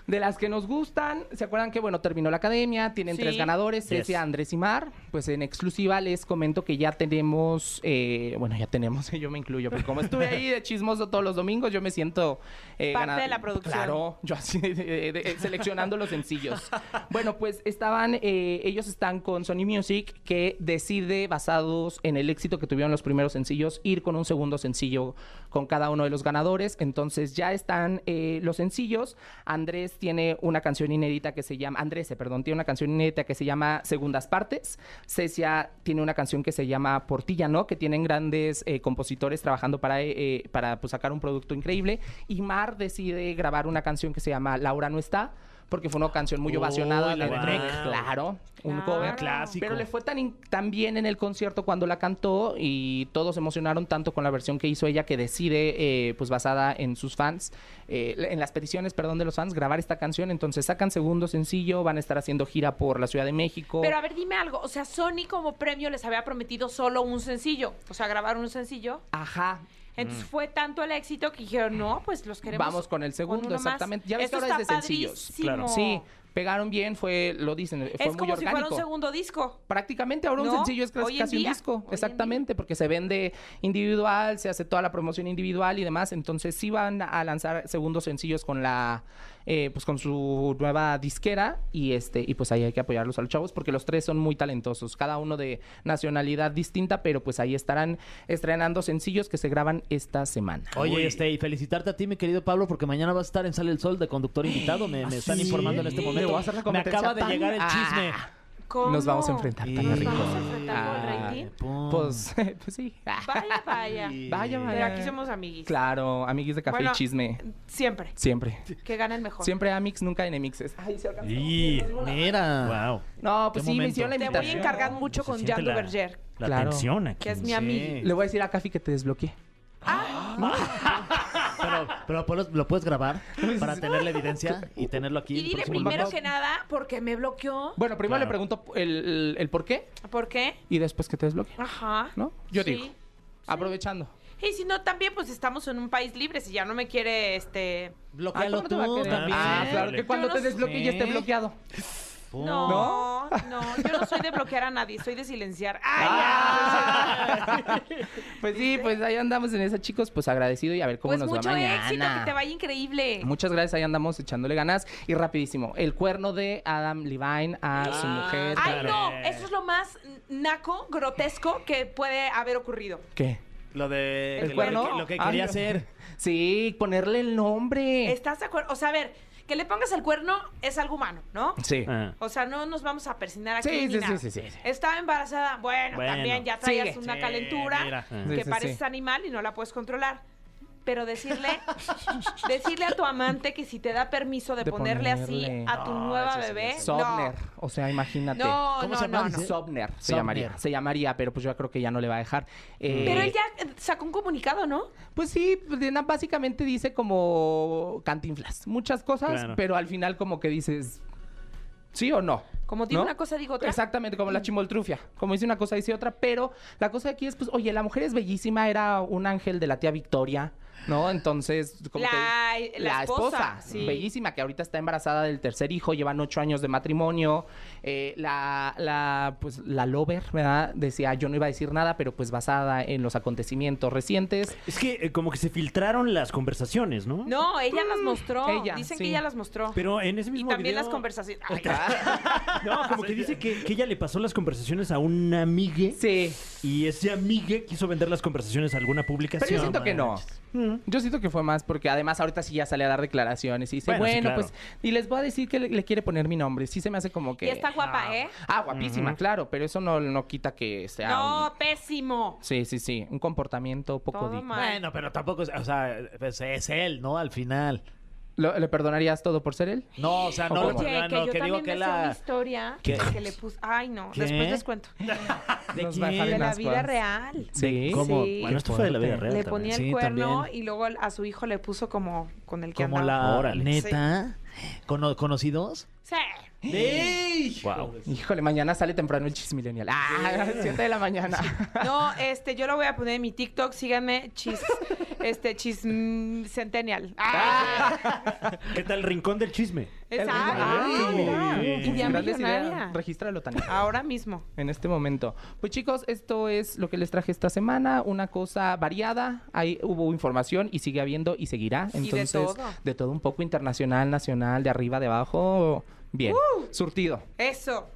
Speaker 9: De las que nos gustan, ¿se acuerdan que, bueno, terminó la academia? Tienen
Speaker 3: Sí.
Speaker 9: tres ganadores,
Speaker 5: Yes.
Speaker 9: Cecia, Andrés y Mar. Pues en exclusiva les comento que ya tenemos, eh, bueno, ya tenemos, yo me incluyo, porque como estuve ahí de chismoso todos los domingos, yo me siento... eh,
Speaker 3: Parte
Speaker 9: gana-
Speaker 3: de la producción.
Speaker 9: Claro, yo así, de- de- de- seleccionando los sencillos. Bueno, pues estaban, eh, ellos están con Sony Music, que decide, basados en el éxito que tuvieron los primeros sencillos, ir con un segundo sencillo con cada uno de los ganadores. Entonces ya están eh, los sencillos. Andrés tiene una canción inédita que se llama, Andrés, eh, perdón, tiene una canción inédita que se llama Segundas Partes. Cecia tiene una canción que se llama Portilla, ¿no? Que tienen grandes eh, compositores trabajando para, eh, para pues, sacar un producto increíble. Y Mar decide grabar una canción que se llama Laura no está, porque fue una canción muy
Speaker 5: Oh,
Speaker 9: ovacionada
Speaker 5: la
Speaker 9: de
Speaker 5: de
Speaker 9: Drake.
Speaker 5: Drake.
Speaker 9: Claro, un
Speaker 3: Claro.
Speaker 9: cover.
Speaker 3: Un
Speaker 5: clásico.
Speaker 9: Pero le fue tan, in- tan bien en el concierto cuando la cantó y todos se emocionaron tanto con la versión que hizo ella que decide, eh, pues basada en sus fans, eh, en las peticiones, perdón, de los fans, grabar esta canción. Entonces sacan segundo sencillo, van a estar haciendo gira por la Ciudad de México.
Speaker 3: Pero a ver, dime algo. O sea, Sony como premio les había prometido solo un sencillo. O sea, grabar un sencillo.
Speaker 9: Ajá.
Speaker 3: Entonces fue tanto el éxito que dijeron, no, pues los queremos.
Speaker 9: Mm. Vamos con el segundo,
Speaker 3: uno más.
Speaker 9: exactamente. Ya ves que
Speaker 3: Eso
Speaker 9: ahora es
Speaker 3: está
Speaker 9: de sencillos.
Speaker 3: padrísimo.
Speaker 5: Claro.
Speaker 9: Sí, Pegaron bien, fue, lo dicen, fue
Speaker 3: es
Speaker 9: muy
Speaker 3: como si
Speaker 9: orgánico.
Speaker 3: fuera un segundo disco.
Speaker 9: Prácticamente ahora
Speaker 3: ¿No?
Speaker 9: un sencillo es
Speaker 3: Hoy
Speaker 9: casi
Speaker 3: en
Speaker 9: casi un
Speaker 3: día, hoy en
Speaker 9: disco,
Speaker 3: día.
Speaker 9: exactamente, porque se vende individual, se hace toda la promoción individual y demás, entonces sí van a lanzar segundos sencillos con la eh, pues con su nueva disquera y este y pues ahí hay que apoyarlos a los chavos porque los tres son muy talentosos, cada uno de nacionalidad distinta, pero pues ahí estarán estrenando sencillos que se graban esta semana.
Speaker 4: Oye, este, y felicitarte a ti, mi querido Pablo, porque mañana vas a estar en Sale el Sol de conductor invitado. Me, me están
Speaker 9: ¿sí?
Speaker 4: informando en este
Speaker 9: Le
Speaker 4: momento.
Speaker 9: voy a hacer la
Speaker 4: me
Speaker 9: competencia Ah.
Speaker 4: acaba de
Speaker 9: a Tania.
Speaker 4: llegar el chisme.
Speaker 9: Nos vamos a enfrentar,
Speaker 3: ¿Cómo?
Speaker 9: Tania
Speaker 3: Nos
Speaker 9: Rincón.
Speaker 3: vamos a enfrentar por el
Speaker 9: Ah,
Speaker 3: rating.
Speaker 4: Pum.
Speaker 9: Pues, pues sí.
Speaker 3: Vaya, vaya.
Speaker 9: Vaya,
Speaker 3: Pero
Speaker 9: vaya.
Speaker 3: aquí somos amiguis.
Speaker 9: Claro, amiguis de café
Speaker 3: Bueno,
Speaker 9: y chisme.
Speaker 3: Siempre.
Speaker 9: Siempre.
Speaker 3: Que gana el mejor.
Speaker 9: Siempre Amix, nunca enemixes. Ay, se alcanzó.
Speaker 5: Y...
Speaker 4: Mira.
Speaker 5: Wow.
Speaker 9: No, pues
Speaker 4: Qué
Speaker 9: sí, me
Speaker 4: momento.
Speaker 9: hicieron la
Speaker 3: Te voy
Speaker 9: invitación.
Speaker 3: a encargar mucho
Speaker 5: Se
Speaker 3: con
Speaker 5: siente
Speaker 3: Jan
Speaker 5: la-
Speaker 3: Duverger,
Speaker 5: La
Speaker 9: Claro.
Speaker 5: tensión aquí.
Speaker 3: que es mi amigo.
Speaker 9: Le voy a decir a Cafi que te desbloquee.
Speaker 4: Pero, pero Pablo, lo puedes grabar para tener la evidencia y tenerlo aquí.
Speaker 3: Y
Speaker 4: el
Speaker 3: dile
Speaker 4: próximo
Speaker 3: primero
Speaker 4: lunes.
Speaker 3: que nada porque me bloqueó.
Speaker 9: Bueno, primero
Speaker 5: Claro.
Speaker 9: le pregunto el, el- el por qué
Speaker 3: ¿Por qué?
Speaker 9: y después que te desbloquee.
Speaker 3: Ajá.
Speaker 9: ¿No? Yo
Speaker 3: Sí.
Speaker 9: digo. Aprovechando.
Speaker 3: Y si no, también pues estamos en un país libre. Si ya no me quiere, este...
Speaker 4: Bloquéalo
Speaker 9: ¿cómo no te va a
Speaker 4: tú
Speaker 9: querer?
Speaker 4: también.
Speaker 9: Ah, claro,
Speaker 5: Yo
Speaker 9: que cuando
Speaker 3: no
Speaker 9: te desbloquee
Speaker 4: sé.
Speaker 9: ya esté bloqueado.
Speaker 4: Pum.
Speaker 3: No, no, yo no soy de bloquear a nadie, soy de silenciar. ¡Ay,
Speaker 9: Ah. Pues sí, pues ahí andamos en esa, chicos. Pues agradecido y a ver cómo
Speaker 3: Pues
Speaker 9: nos
Speaker 3: mucho
Speaker 9: va mañana.
Speaker 3: éxito, que te vaya increíble.
Speaker 9: Muchas gracias, ahí andamos echándole ganas. Y rapidísimo, el cuerno de Adam Levine a su mujer.
Speaker 3: Ay,
Speaker 5: Claro.
Speaker 3: no, eso es lo más naco, grotesco que puede haber ocurrido.
Speaker 9: ¿Qué?
Speaker 4: Lo de
Speaker 3: ¿El
Speaker 4: que-
Speaker 3: cuerno?
Speaker 4: lo que- Lo que
Speaker 9: Ah,
Speaker 4: quería
Speaker 9: no.
Speaker 4: hacer.
Speaker 9: Sí, ponerle el nombre.
Speaker 3: ¿Estás de acuerdo? O sea, a ver, que le pongas el cuerno es algo humano, ¿no?
Speaker 9: Sí.
Speaker 5: Ah.
Speaker 3: O sea, no nos vamos a persignar aquí.
Speaker 9: Sí,
Speaker 3: ni
Speaker 9: sí,
Speaker 3: nada.
Speaker 9: sí, sí, sí, sí.
Speaker 3: Estaba embarazada. Bueno,
Speaker 5: Bueno,
Speaker 3: también ya traías
Speaker 9: sigue.
Speaker 3: una
Speaker 4: Sí,
Speaker 3: calentura
Speaker 4: mira.
Speaker 9: Sí,
Speaker 3: que
Speaker 9: sí, sí.
Speaker 3: pareces animal y no la puedes controlar. Pero decirle, decirle a tu amante que si te da permiso de,
Speaker 9: De
Speaker 3: ponerle, así
Speaker 9: ponerle.
Speaker 3: a tu nueva bebé.
Speaker 9: Sobner. O sea,
Speaker 3: No,
Speaker 9: imagínate.
Speaker 3: no,
Speaker 4: ¿Cómo
Speaker 3: no,
Speaker 4: se llama?
Speaker 3: no, no.
Speaker 4: Dice-
Speaker 9: Sobner se
Speaker 4: Sobner.
Speaker 9: llamaría. Se llamaría, pero pues yo creo que ya no le va a dejar. Eh,
Speaker 3: Pero él ya eh, sacó un comunicado, ¿no?
Speaker 9: Pues sí, pues, de nada, básicamente dice como cantinflas. Muchas cosas,
Speaker 5: Claro.
Speaker 9: pero al final como que dices... ¿Sí o no?
Speaker 3: Como digo
Speaker 9: ¿No?
Speaker 3: una cosa, digo otra. Mm.
Speaker 9: Exactamente, como la chimoltrufia. Como dice una cosa, dice otra. Pero la cosa aquí es, pues, oye, la mujer es bellísima, era un ángel de la tía Victoria, ¿no? Entonces, como
Speaker 3: La- e-,
Speaker 9: que-
Speaker 3: la esposa, sí.
Speaker 9: bellísima, que ahorita está embarazada del tercer hijo, llevan ocho años de matrimonio. Eh, la, la, pues, la lover, ¿verdad? Decía, yo no iba a decir nada, pero pues basada en los acontecimientos recientes.
Speaker 5: Es que eh, como que se filtraron las conversaciones, ¿no?
Speaker 3: No, ella las mostró.
Speaker 9: Mm. ella,
Speaker 3: Dicen
Speaker 9: sí.
Speaker 3: que ella las mostró.
Speaker 5: Pero en ese
Speaker 3: y
Speaker 5: mismo
Speaker 3: también
Speaker 5: video-
Speaker 3: las conversaciones. Ay,
Speaker 5: No, como que dice que, que ella le pasó las conversaciones a un amigue
Speaker 9: Sí,
Speaker 5: y ese amigue quiso vender las conversaciones a alguna publicación.
Speaker 9: pero yo siento que no.
Speaker 4: Mm.
Speaker 9: Yo siento que fue más porque además ahorita sí ya sale a dar declaraciones y dice,
Speaker 5: Bueno,
Speaker 9: bueno,
Speaker 5: sí, claro.
Speaker 9: pues, y les voy a decir que le, le quiere poner mi nombre. Sí se me hace como que...
Speaker 3: y está guapa, ¿eh?
Speaker 9: Ah, guapísima, claro, pero eso no, no quita que sea
Speaker 3: No,
Speaker 9: un...
Speaker 3: pésimo.
Speaker 9: Sí, sí, sí, un comportamiento poco
Speaker 3: Todo
Speaker 9: digno.
Speaker 3: mal.
Speaker 4: Bueno, pero tampoco es, o sea, pues, es él, ¿no? Al final.
Speaker 9: ¿Lo- ¿Le perdonarías todo por ser él?
Speaker 4: No, o sea, no,
Speaker 9: Oye,
Speaker 4: no,
Speaker 3: Oye,
Speaker 4: no,
Speaker 3: que
Speaker 4: no,
Speaker 3: yo
Speaker 4: que digo
Speaker 3: también
Speaker 4: que
Speaker 3: me sé una
Speaker 4: la...
Speaker 3: historia
Speaker 4: ¿Qué?
Speaker 3: de que le puse... Ay, no,
Speaker 4: ¿Qué?
Speaker 3: después les cuento.
Speaker 4: ¿De
Speaker 9: Nos
Speaker 4: quién?
Speaker 9: baja de
Speaker 3: De la
Speaker 9: Unas
Speaker 3: vida
Speaker 9: cosas.
Speaker 3: real.
Speaker 9: Sí.
Speaker 4: ¿Cómo?
Speaker 3: Sí.
Speaker 5: Bueno, esto fue de la vida real.
Speaker 3: Le
Speaker 5: también.
Speaker 3: ponía el
Speaker 4: Sí,
Speaker 3: cuerno
Speaker 4: también.
Speaker 3: y luego al- a su hijo le puso como con el que
Speaker 4: Como
Speaker 3: andaba.
Speaker 4: la
Speaker 5: Órale.
Speaker 4: neta. ¿Cono- ¿Conocidos?
Speaker 3: Sí.
Speaker 5: Wow.
Speaker 4: Pues
Speaker 9: Híjole, mañana sale temprano el chis millennial. Ah, siete de la mañana.
Speaker 3: No, este, yo lo voy a poner en mi TikTok. Síganme, chis... Este, chis... mm, Centennial. Ah,
Speaker 5: ¿Qué tal el rincón del chisme?
Speaker 3: Exacto.
Speaker 9: Ay,
Speaker 3: Ah,
Speaker 5: sí.
Speaker 3: ya
Speaker 9: Grandes ideas.
Speaker 3: millonaria.
Speaker 9: Regístralo, Tania.
Speaker 3: Ahora mismo.
Speaker 9: en este momento. Pues chicos, esto es lo que les traje esta semana, una cosa variada, ahí hubo información y sigue habiendo y seguirá,
Speaker 3: Y de
Speaker 9: entonces
Speaker 3: todo.
Speaker 9: de todo un poco internacional, nacional, de arriba, de abajo, bien,
Speaker 3: Uh.
Speaker 9: surtido.
Speaker 3: Eso.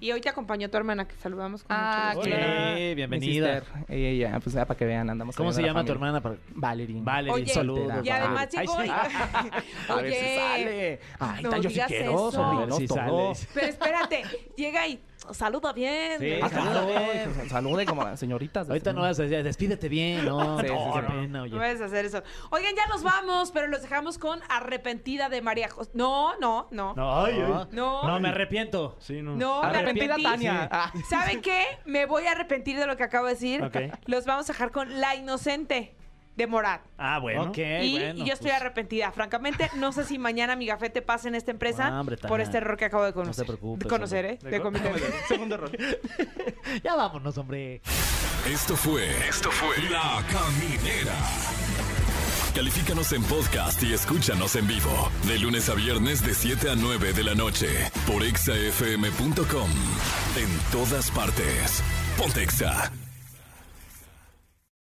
Speaker 3: Y hoy te acompañó tu hermana, que saludamos con
Speaker 9: Ah,
Speaker 3: mucho gusto.
Speaker 9: qué Hola.
Speaker 4: Sí,
Speaker 9: Mi
Speaker 4: bienvenida.
Speaker 9: sister, Ella, pues ya para que vean, andamos
Speaker 4: ¿Cómo se
Speaker 9: ayudando a
Speaker 4: llama
Speaker 9: la
Speaker 4: tu
Speaker 9: familia.
Speaker 4: hermana? Para-
Speaker 9: Valerie.
Speaker 4: Vale,
Speaker 3: Oye,
Speaker 4: saludos.
Speaker 3: Y además
Speaker 4: Ay,
Speaker 3: llegó
Speaker 4: sí. Ah,
Speaker 3: y...
Speaker 9: A ver si
Speaker 3: Oye,
Speaker 9: sale. Ay,
Speaker 3: no
Speaker 9: tan yo sí
Speaker 3: digas
Speaker 9: quiero,
Speaker 3: eso.
Speaker 9: sobrinos,
Speaker 4: A ver si
Speaker 9: todo.
Speaker 4: sale.
Speaker 3: Pero espérate, llega y saluda bien.
Speaker 4: Sí.
Speaker 9: Ah, claro,
Speaker 4: Salude.
Speaker 9: salude como las señoritas.
Speaker 4: Ahorita no vas a decir, despídete bien, ¿no?
Speaker 9: Sí, sí,
Speaker 4: no,
Speaker 9: sí.
Speaker 4: qué pena,
Speaker 3: No
Speaker 4: oye.
Speaker 3: puedes hacer eso. Oigan, ya nos vamos, pero los dejamos con Arrepentida de María José. No, no, no. No,
Speaker 5: No, ay, ay.
Speaker 3: No.
Speaker 4: Ah. No, me arrepiento.
Speaker 5: Sí, no.
Speaker 3: me
Speaker 9: Arrepentida
Speaker 3: arrepentí.
Speaker 9: Tania. Ah.
Speaker 3: ¿Saben qué? Me voy a arrepentir de lo que acabo de decir.
Speaker 5: Ok.
Speaker 3: Los vamos a dejar con La Inocente de Morat.
Speaker 5: Ah, bueno.
Speaker 4: Ok,
Speaker 3: y,
Speaker 4: bueno.
Speaker 3: y yo estoy
Speaker 4: pues,
Speaker 3: arrepentida. Francamente, no sé si mañana mi gafete pase en esta empresa
Speaker 4: No, hombre,
Speaker 3: por
Speaker 4: Tania.
Speaker 3: este error que acabo de
Speaker 4: te
Speaker 3: conocer.
Speaker 4: preocupes,
Speaker 3: De conocer, ¿eh?
Speaker 4: hombre.
Speaker 3: De cometer.
Speaker 9: Segundo error.
Speaker 4: Ya vámonos, hombre.
Speaker 2: Esto fue. Esto fue. La Caminera. Califícanos en podcast y escúchanos en vivo. De lunes a viernes de 7 a 9 de la noche. Por exafm.com. En todas partes. Pontexa.